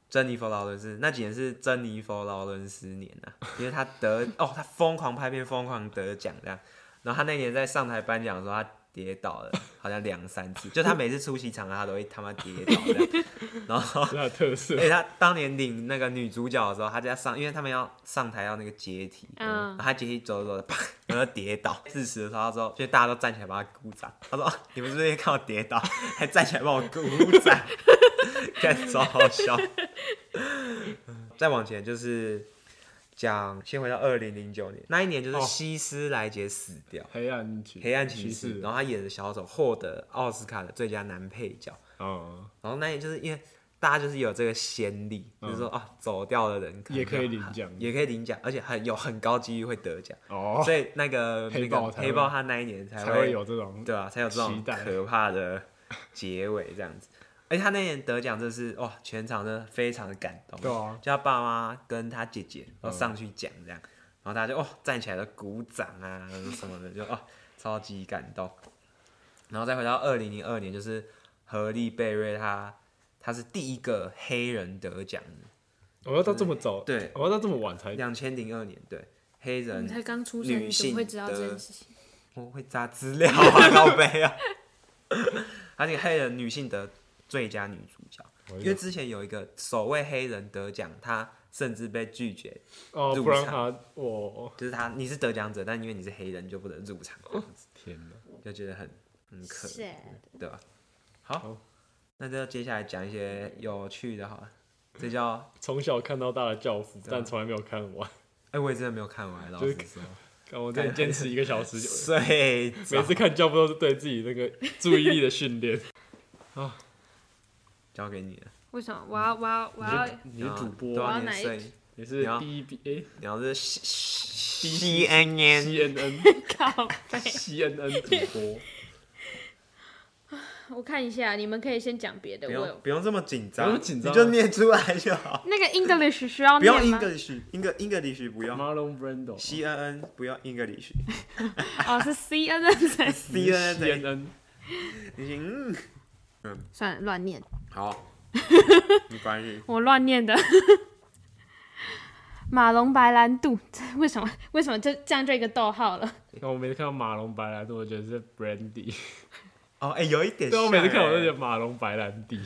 Speaker 5: 珍妮佛劳伦斯，那几年是珍妮佛劳伦斯年啊，因为她得哦，她疯狂拍片，疯狂得奖这样。然后她那年在上台颁奖的时候，她跌倒了，好像两三次，就他每次出席场合他都会他妈跌倒这样，然后
Speaker 4: 这是他的特色
Speaker 5: 而。哎且他当年领那个女主角的时候，他就要上，因为他们要上台要那个阶梯，
Speaker 1: 嗯
Speaker 5: 然后他阶梯走着走着，啪，然后跌倒。致辞的时候，他说，就大家都站起来帮他鼓掌。他说：“哦你们是不是看我跌倒， 还站起来帮我鼓掌？”看，超好笑。再往前就是讲，先回到二零零九年那一年，就是
Speaker 4: 哦
Speaker 5: 希斯莱杰死掉。
Speaker 4: 黑暗骑
Speaker 5: 黑暗骑士，然
Speaker 4: 哦
Speaker 5: 后他演的小丑获得奥斯卡的最佳男配角，
Speaker 4: 哦，
Speaker 5: 然后那也就是因为大家就是有这个先例，就是说啊，走掉的人能
Speaker 4: 嗯也可以
Speaker 5: 就
Speaker 4: 领奖
Speaker 5: 也可以领奖，而且很有很高几率会得奖。
Speaker 4: 哦
Speaker 5: 所以那个
Speaker 4: 黑
Speaker 5: 那
Speaker 4: 豹
Speaker 5: 个
Speaker 4: 才会
Speaker 5: 黑豹他那一年才
Speaker 4: 才会有这种
Speaker 5: 对啊，才有这种
Speaker 4: 期待
Speaker 5: 可怕的结尾这样子。而且他那年得奖，真的是哇，全场真的非常的感动。
Speaker 4: 对啊嗯
Speaker 5: 就他爸妈跟他姐姐都上去讲这样，然后大家就哦站起来都鼓掌啊什么的，就哦超级感动。然后再回到二零零二年，就是何利贝瑞他他是第一个黑人得奖的，
Speaker 4: 我要到这么早，
Speaker 5: 对
Speaker 4: 我要到这么晚才
Speaker 5: 两千零二年对黑
Speaker 1: 你
Speaker 5: 人
Speaker 1: 才刚出生，
Speaker 5: 女
Speaker 1: 你怎么会
Speaker 5: 性
Speaker 1: 知道
Speaker 5: 的
Speaker 1: 这件事情？
Speaker 5: 我会扎资 料啊，靠背啊。而且黑人女性得最佳女主角，
Speaker 4: 哎呦
Speaker 5: 因为之前有一个首位黑人得奖，她甚至被拒绝，
Speaker 4: 哦，
Speaker 5: 入
Speaker 4: 不然
Speaker 5: 场
Speaker 4: 他我
Speaker 5: 就是她你是得奖者，但因为你是黑人你就不能入场，
Speaker 4: 天哪，
Speaker 5: 就觉得很很可
Speaker 1: 哦是，
Speaker 5: 对吧？好
Speaker 4: 好，
Speaker 5: 那就接下来讲一些有趣的好了，这叫
Speaker 4: 从小看到大的教父，
Speaker 5: 啊
Speaker 4: 但从来没有看完。
Speaker 5: 哎、我也真的没有看完，老
Speaker 4: 就是
Speaker 5: 实说，
Speaker 4: 看我真的坚持一个小时，
Speaker 5: 啊
Speaker 4: 每
Speaker 5: 睡着
Speaker 4: 次看教父都是对自己那个注意力的训练。
Speaker 5: 交给你了，
Speaker 1: 为什么？我要我要我要
Speaker 4: 你是主
Speaker 5: 对
Speaker 4: 播，
Speaker 5: 啊
Speaker 1: 我要
Speaker 5: 你的
Speaker 1: 哪一
Speaker 5: 睡，
Speaker 4: 你
Speaker 5: 你
Speaker 4: 是
Speaker 5: 要
Speaker 4: B B A
Speaker 5: 你要是 C N N
Speaker 4: C N N
Speaker 1: 靠背？
Speaker 4: C N N 主播，
Speaker 1: 我看一下，你们可以先讲别的。
Speaker 5: 不
Speaker 1: 我
Speaker 5: 用
Speaker 1: 有
Speaker 5: 不用这么紧张，
Speaker 4: 不用紧张啊
Speaker 5: 你就念出来就好。
Speaker 1: 那个 English 需要
Speaker 5: 不用
Speaker 1: 念吗？
Speaker 5: English，英格 English 不用
Speaker 4: Marlon Brando
Speaker 5: ，C N N 不用 English，C
Speaker 1: 哦，是 C N N。
Speaker 5: N
Speaker 4: C N
Speaker 5: N
Speaker 4: N
Speaker 5: 已经嗯
Speaker 1: 算了，乱念，
Speaker 5: 好，没关系。
Speaker 1: 我乱念的。 马龙白兰度， 这为什么为什么就这样就一个逗号了？
Speaker 4: 那我每次看到马龙白兰度，我觉得是 Brandy。
Speaker 5: 哦，哎，有一点
Speaker 4: 对，
Speaker 5: 像
Speaker 4: 啊
Speaker 5: 哎，
Speaker 4: 我每次看我都觉得马龙白兰地。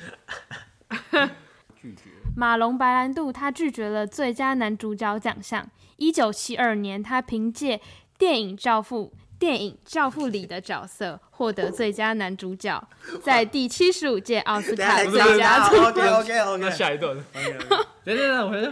Speaker 4: 拒绝。
Speaker 1: 马龙白兰度他拒绝了最佳男主角奖项。一九七二年，他凭借电影《教父》电影《教父》里的角色获得最佳男主角，在第七十五届奥斯 卡
Speaker 5: 等一
Speaker 1: 最
Speaker 5: 下
Speaker 1: 佳
Speaker 5: 等一下 OK OK
Speaker 4: 那
Speaker 5: OK。
Speaker 4: 下一段，等等等，我觉得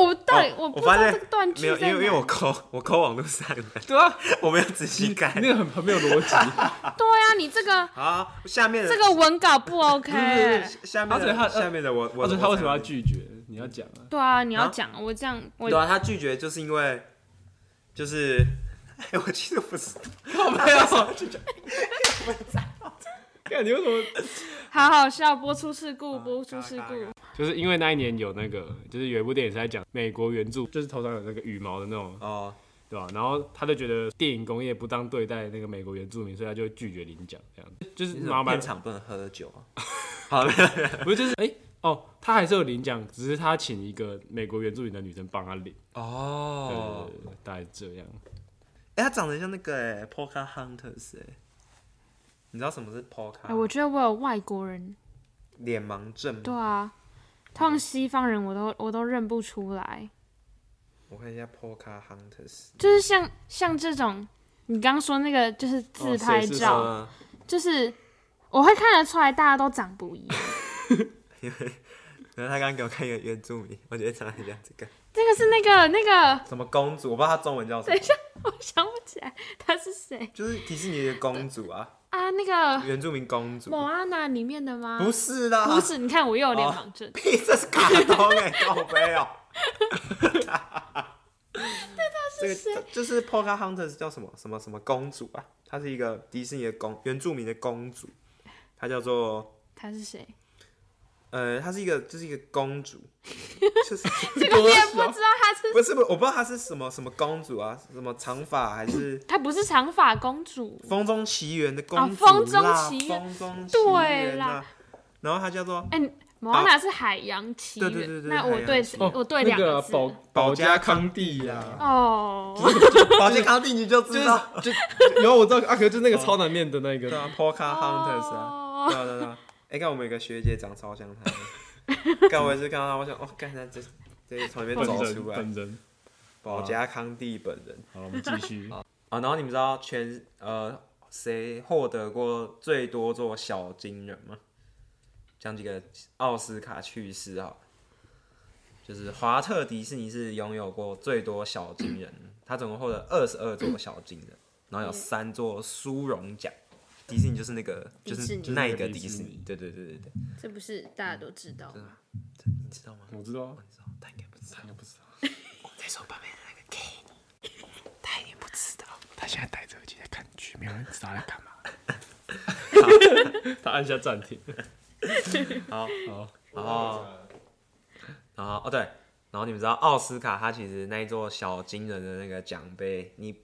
Speaker 1: 我到底
Speaker 5: 哦
Speaker 1: 我不知
Speaker 5: 发
Speaker 1: 道
Speaker 5: 现
Speaker 1: 这个断句
Speaker 5: 没有，因
Speaker 1: 在
Speaker 5: 为因为我
Speaker 1: 哪。
Speaker 5: 抠我抠网络上的，
Speaker 4: 对啊，
Speaker 5: 我没有仔细看
Speaker 4: 那。个很很没有逻辑。
Speaker 1: 对啊，你这个
Speaker 5: 好，下面的
Speaker 1: 这个文稿不 OK。
Speaker 5: 下面
Speaker 4: 而且他
Speaker 5: 的下面的我 我
Speaker 4: 我说他为什么要
Speaker 5: 我
Speaker 4: 拒绝？你要讲啊。
Speaker 1: 对啊，你要
Speaker 5: 啊
Speaker 1: 讲、我这样我
Speaker 5: 对啊，他拒绝就是因为就是，哎，我其实不知道。
Speaker 4: 我没有拒绝。看你为什么？
Speaker 1: 好好笑，播出事
Speaker 5: 啊
Speaker 1: 故，播出事
Speaker 5: 嘎嘎嘎
Speaker 1: 故。
Speaker 4: 就是因为那一年有那个，就是有一部电影是在讲美国原著，就是头上有那个羽毛的那种，
Speaker 5: 哦，
Speaker 4: 对吧、然后他就觉得电影工业不当对待那个美国原住民，所以他就拒绝领奖这样子。就是麻烦
Speaker 5: 片场不能喝酒啊。 好，没有没有
Speaker 4: 不是就是哎、哦，他还是有领奖，只是他请一个美国原住民的女生帮他领。对，
Speaker 5: 哦
Speaker 4: 对对大概是这样。
Speaker 5: 哎、他长得像那个哎、p o k e r Hunters 哎、你知道什么是 p o k
Speaker 1: 哎、
Speaker 5: e
Speaker 1: 我
Speaker 5: r
Speaker 1: 觉得我有外国
Speaker 5: 嗯
Speaker 1: 人，
Speaker 5: 脸盲症吗
Speaker 1: 对啊，通常西方人我都我都认不出来，
Speaker 5: 我看一下 p o k e r Hunters
Speaker 1: 就是像像这种你刚说那个就是自拍
Speaker 4: 谁是
Speaker 1: 照，
Speaker 5: 嗯，
Speaker 1: 就是我会看得出来大家都长不一样。
Speaker 5: 然后他刚刚给我看一个原住民，我觉得长得很像这个
Speaker 1: 这个是那个那个，
Speaker 5: 什么公主，我不知道他中文叫什
Speaker 1: 等一下
Speaker 5: 么，
Speaker 1: 我想不起来他是谁
Speaker 5: 就是迪士尼的公主啊，
Speaker 1: 啊？那个《
Speaker 5: 原住民公主，
Speaker 1: 蒙安娜》里面的吗？
Speaker 5: 不是啊哦啦，
Speaker 1: 不，是，你看我又有脸盲 症。
Speaker 5: 屁，这是卡通哎、欸，靠背哦、这个这就是 p o k e r Hunters 叫什么什么什么公主啊？她是一个迪士尼的公原住民的公主，她叫做
Speaker 1: 他是谁？
Speaker 5: 呃，她是一个就是一个公主， 就是
Speaker 1: 这个你也不知道他是，
Speaker 5: 不是不我不知道她是什么什么公主啊，什么长发还是《
Speaker 1: 他不是长发公主。
Speaker 5: 风中哦奇缘》的公主啦，
Speaker 1: 啊风中奇缘
Speaker 5: 风中
Speaker 1: 对
Speaker 5: 啦
Speaker 1: 啦，
Speaker 5: 然后她叫做
Speaker 1: 哎、你摩纳是海洋奇缘，
Speaker 5: 对对对对
Speaker 1: 那
Speaker 5: 海
Speaker 1: 我
Speaker 5: 洋
Speaker 1: 对
Speaker 5: 奇
Speaker 4: 缘
Speaker 1: 我对
Speaker 4: 那
Speaker 1: 两
Speaker 4: 个啊
Speaker 1: 个字
Speaker 4: 保
Speaker 3: 保家康帝 呀，
Speaker 1: 哦，
Speaker 5: 保健康帝你就知道，
Speaker 2: 就然后我知道
Speaker 4: 啊
Speaker 2: 阿可就是那个超难念的那
Speaker 5: 对
Speaker 2: 个，
Speaker 5: 啊 p o c a Hunters 啊。
Speaker 1: 哦
Speaker 5: 对啊对啊对啊，哎、看我们有个学姐长超像他的，看我也是看到他，我想哦，干他这这从里面
Speaker 4: 本
Speaker 5: 走
Speaker 4: 人
Speaker 5: 哦出来，
Speaker 4: 本人。
Speaker 5: 保加康帝本人
Speaker 4: 好了，我们继续。
Speaker 5: 啊、然后你们知道全呃谁获得过最多座小金人吗？讲几个奥斯卡趣事啊，就是华特迪士尼是拥有过最多小金人，他总共获得二十二座小金人，然后有三座殊荣奖。迪士尼就是那个，就
Speaker 1: 迪士
Speaker 5: 是
Speaker 1: 尼
Speaker 5: 那一个
Speaker 4: 就是那个
Speaker 5: 迪
Speaker 4: 迪
Speaker 5: 士
Speaker 4: 士
Speaker 5: 尼，对对对对对，
Speaker 1: 这不是大家都知道吗？
Speaker 5: 你知道吗？
Speaker 4: 我知道啊，
Speaker 5: 知道，他应该不知道。
Speaker 4: 不知道。
Speaker 5: 我在说旁边的那个 K，他一定不知道。
Speaker 4: 他现在戴着耳机在看剧，没有人知道他在干嘛。 他按下暂停。
Speaker 5: 然后，然后哦对，然后你们知道奥斯卡它其实那一座小金人的那个奖杯，你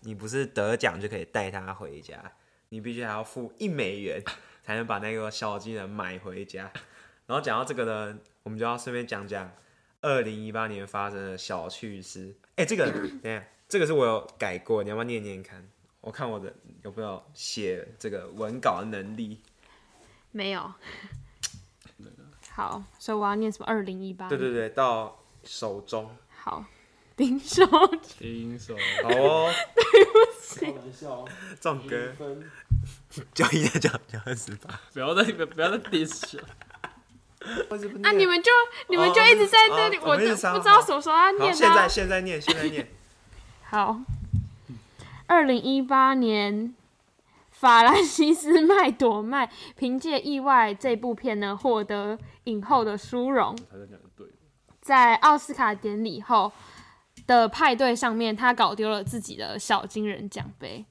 Speaker 5: 你不是得奖就可以带它回家，你必须还要付一美元才能把那个小金人买回家。然后讲到这个呢，我们就要顺便讲讲二零一八年发生的小趣事。哎，这个等一下，这个是我有改过，你要不要念念看？我看我的有没有写这个文稿的能力。
Speaker 1: 没有。好，所以我要念什么？二零一八。
Speaker 5: 对对对，到手中。
Speaker 1: 好， 啊丁守中
Speaker 4: 听 说
Speaker 5: 好哦，
Speaker 3: 开玩笑，
Speaker 5: 壮哥，
Speaker 3: 分
Speaker 5: 就一在讲讲二十八，
Speaker 4: 不要再不要再 diss 了。
Speaker 1: 啊！你们就你们就一直在那里，
Speaker 5: 哦
Speaker 1: 我
Speaker 5: 我们一
Speaker 1: 就
Speaker 5: 直插
Speaker 1: 不知道什么时候要
Speaker 5: 好，
Speaker 1: 念
Speaker 5: 现
Speaker 1: 啊
Speaker 5: 在。现在念，现在念，
Speaker 1: 好，二零一八年，法兰西斯麦朵麦凭借《意外》这部片呢，获得影后的殊荣。
Speaker 4: 他在讲的对，
Speaker 1: 在奥斯卡典礼后的派对上面，他搞丢了自己的小金人奖杯。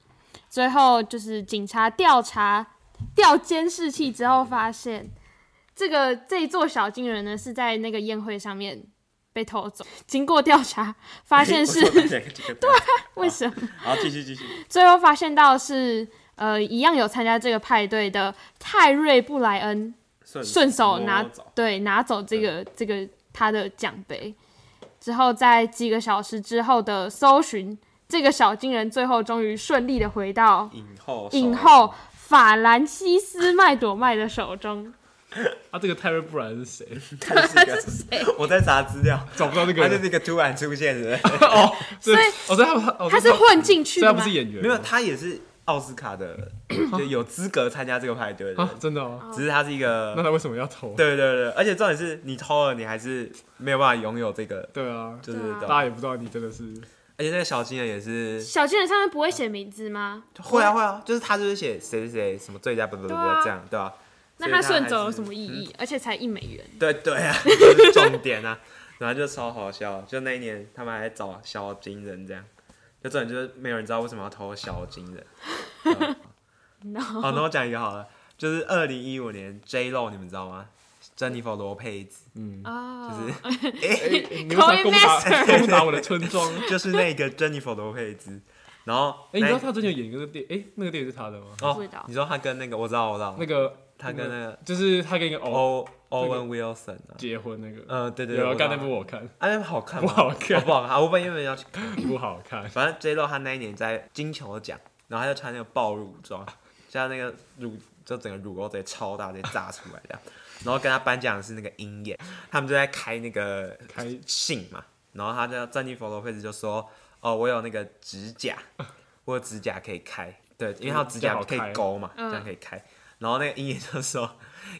Speaker 1: 最后就是警察调查调监视器之后，发现这个这一座小金人呢是在那个宴会上面被偷走。经过调查，发现 是
Speaker 5: 对，
Speaker 1: 为什么？
Speaker 5: 好，继续继续，
Speaker 1: 最后发现到是呃一样有参加这个派对的泰瑞布莱恩
Speaker 5: 顺
Speaker 1: 顺手拿
Speaker 5: 摸走
Speaker 1: 对拿走这个这个他的奖杯，之后在几个小时之后的搜寻，这个小金人最后终于顺利的回到
Speaker 5: 影后，
Speaker 1: 影后，法兰西斯麦朵麦的手中。
Speaker 4: 啊，这个泰瑞布莱恩是谁？
Speaker 5: 他是一个，
Speaker 1: 谁？
Speaker 5: 我在查资料，
Speaker 4: 找不到这个
Speaker 5: 他就
Speaker 4: 人。
Speaker 5: 是一个突然出现的，
Speaker 4: 哦，所以
Speaker 1: 所以
Speaker 4: 哦，所以他们哦
Speaker 1: 他是混进去
Speaker 4: 所
Speaker 1: 的
Speaker 4: 以他
Speaker 1: 吗
Speaker 4: 不是？演员，
Speaker 5: 没有，他也是奥斯卡的，就有资格参加这个派对的
Speaker 4: 啊，
Speaker 5: 人，
Speaker 4: 真的
Speaker 1: 嗯
Speaker 4: 哦。
Speaker 5: 只是他是一
Speaker 4: 那
Speaker 5: 个，
Speaker 4: 他为什么要投？
Speaker 5: 对对对，而且重点是你偷了，你还是没有办法拥有这个，
Speaker 4: 对啊，
Speaker 5: 就是
Speaker 1: 对啊
Speaker 5: 懂
Speaker 4: 大家也不知道你真的是
Speaker 5: 而且那个小金人也是
Speaker 1: 小金人上面不会写名字吗？
Speaker 5: 会啊会啊，就是他就是写谁谁谁什么最佳不不不
Speaker 1: 对啊
Speaker 5: 这样对吧、
Speaker 1: 那
Speaker 5: 所
Speaker 1: 他
Speaker 5: 以他
Speaker 1: 顺
Speaker 5: 还
Speaker 1: 走有
Speaker 5: 是
Speaker 1: 什么意义？而且才一美元。
Speaker 5: 对对啊， 这是重点啊， 然后就超好笑，就那一年他们还找小金人这样，就重点就是没有人知道为什么要投小金人。
Speaker 1: No，
Speaker 5: 好，那我讲一个好了，就是二零一五年 J Lo 你们知道吗？珍妮佛罗佩兹
Speaker 4: 嗯
Speaker 1: 哦，
Speaker 5: 就是哎
Speaker 4: 你为什么攻打
Speaker 1: Master
Speaker 4: 攻打我的村庄？
Speaker 5: 就是 那个珍妮佛罗佩兹，然后
Speaker 4: 哎，你知道
Speaker 5: 那
Speaker 4: 他最近有演一个电，哎，那个电影是他的吗？
Speaker 1: 不知道
Speaker 5: 哦，你说他跟那个我知道我知道，
Speaker 4: 那个
Speaker 5: 他跟那个
Speaker 4: 就是他跟一个偶
Speaker 5: 欧欧文 Wilson 啊，
Speaker 4: 结婚那个，
Speaker 5: 嗯对对对，
Speaker 4: 有
Speaker 5: 我
Speaker 4: 人
Speaker 5: 知道
Speaker 4: 干那部我看
Speaker 5: 啊，那部好看吗？
Speaker 4: 不好看
Speaker 5: 哦不好看。啊我本原本要去看，
Speaker 4: 不好看，
Speaker 5: 反正 J Lo 她那一年在金球奖，然后她就穿那个爆乳装，加那个乳就整个乳沟直接超大，直接炸出来这样。然后跟她颁奖的是那个鹰眼，他们就在开那个
Speaker 4: 开
Speaker 5: 信嘛，然后他叫詹妮弗罗佩兹就说：“哦，我有那个指甲，我有指甲可以开，对，因为他指甲可以勾嘛，
Speaker 1: 嗯
Speaker 5: 这样可以开。”然后那个鹰眼就说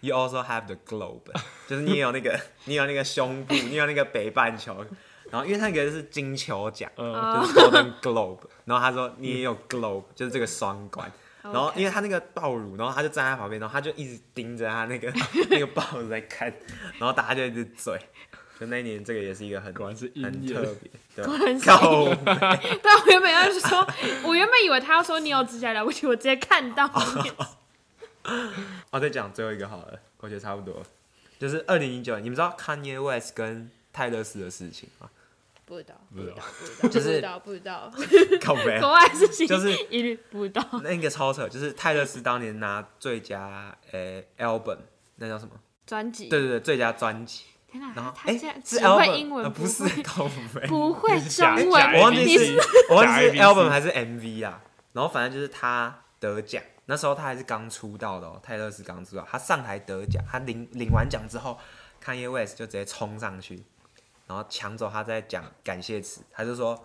Speaker 5: ：“You also have the globe，就是你也有那个，你有那个胸部，你有那个北半球。”然后因为他那个是金球奖，
Speaker 4: 嗯，
Speaker 5: 就是 Golden Globe，然后他说你也有 Globe，就是这个双关。然后因为他那个爆乳，然后他就站在旁边，然后他就一直盯着他那个 那个爆乳在看，然后大家就一直嘴。就那一年，这个也是一个很
Speaker 4: 果然是鹰
Speaker 5: 很
Speaker 4: 眼
Speaker 5: 特别，对吧
Speaker 1: 果然是
Speaker 5: 靠北，
Speaker 1: 对，我原本要是说， 我原本以为他要说你有指甲了不起，我直接看到。
Speaker 5: 哦，再讲最后一个好了，我觉得差不多了。就是二零一九，你们知道 Kanye West 跟泰勒斯的事情 吗？
Speaker 1: 不知道，
Speaker 4: 不知道，
Speaker 1: 不
Speaker 5: 就
Speaker 1: 知
Speaker 5: 是
Speaker 1: 道，不知道，
Speaker 5: 靠北
Speaker 1: 国外事情
Speaker 5: 哎就是
Speaker 1: 一律不知道。
Speaker 5: 那个超扯，就是泰勒斯当年拿最佳诶、呃 album，那叫什么？
Speaker 1: 专辑。
Speaker 5: 对对对，最佳专辑。
Speaker 1: 天哪，
Speaker 5: 然后
Speaker 1: 他
Speaker 5: 哎，
Speaker 1: 竟然
Speaker 5: 是
Speaker 1: 只
Speaker 5: album
Speaker 1: 会英文，
Speaker 5: 呃不是哎
Speaker 1: 会
Speaker 5: 高福飞，
Speaker 1: 不会
Speaker 4: 假
Speaker 1: 中
Speaker 4: 假
Speaker 1: 文，
Speaker 5: 我忘记
Speaker 1: 你
Speaker 5: 是
Speaker 1: 是
Speaker 5: 我忘记是
Speaker 4: 假
Speaker 5: album
Speaker 4: ABC
Speaker 5: 还是 MV 啊。然后反正就是他得奖，那时候他还是刚出道的哦，泰勒斯刚出道，他上台得奖，他领领完奖之后，Kanye West 就直接冲上去，然后抢走他在讲感谢词，他就说。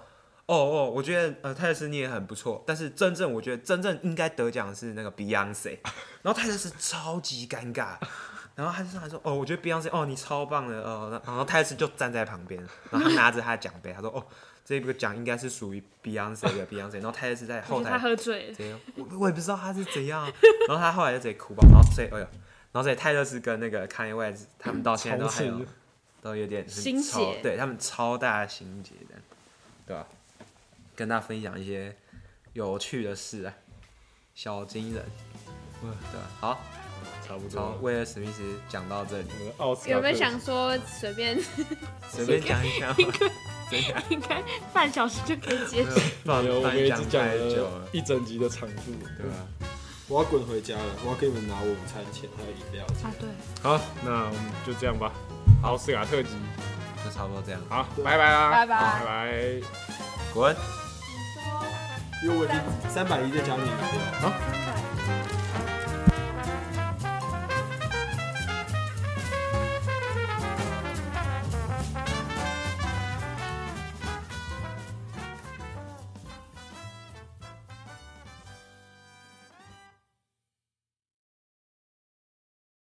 Speaker 5: 哦哦，我觉得呃泰勒斯你也很不错，但是真正我觉得真正应该得奖的是那 个 Beyonce，然后泰勒斯超级尴尬，然后他就上来说：“哦，我觉得 Beyonce，哦，你超棒的，哦。那”然后泰勒斯就站在旁边，然后他拿着他的奖杯，他说：“哦，这个奖应该是属于 Beyonce 的 Beyonce。”然后泰勒斯在
Speaker 1: 我
Speaker 5: 后
Speaker 1: 觉得他
Speaker 5: 台
Speaker 1: 喝醉了，
Speaker 5: 怎样？我我也不知道他是怎样。啊然后他后来就直接哭爆，然后所以哎呦，然后所以泰勒斯跟那个 Kanye West 他们到现在都还有
Speaker 4: 从此
Speaker 5: 都有点很
Speaker 1: 心
Speaker 5: 超
Speaker 1: 结
Speaker 5: 对他们超大的心结的，对吧、跟大家分享一些有趣的事啊，小金人，
Speaker 4: 哇
Speaker 5: 对吧、好，
Speaker 4: 差不
Speaker 5: 好，
Speaker 4: 多。
Speaker 5: 威尔史密斯讲到这里。
Speaker 4: 我们奥斯卡
Speaker 1: 有没有
Speaker 4: 克
Speaker 1: 想说随 便
Speaker 5: 随便讲一讲， 真的
Speaker 1: 应该半小时就可以结束？
Speaker 5: 放
Speaker 4: 没有，我
Speaker 5: 放
Speaker 4: 们已
Speaker 5: 一讲
Speaker 4: 经讲
Speaker 5: 太久
Speaker 4: 了
Speaker 5: 了，
Speaker 4: 一整集的长度，
Speaker 5: 对吧？
Speaker 3: 我要滚回家了，我要给你们拿我午餐钱还有饮料钱。
Speaker 1: 啊，对，
Speaker 4: 好，那我们就这样吧。奥斯卡特辑，
Speaker 5: 就差不多这样，
Speaker 4: 好，拜拜啦，
Speaker 1: 拜拜
Speaker 4: 拜拜。
Speaker 5: 滚。
Speaker 3: 因为我已经三百一再加你饮料。
Speaker 5: 啊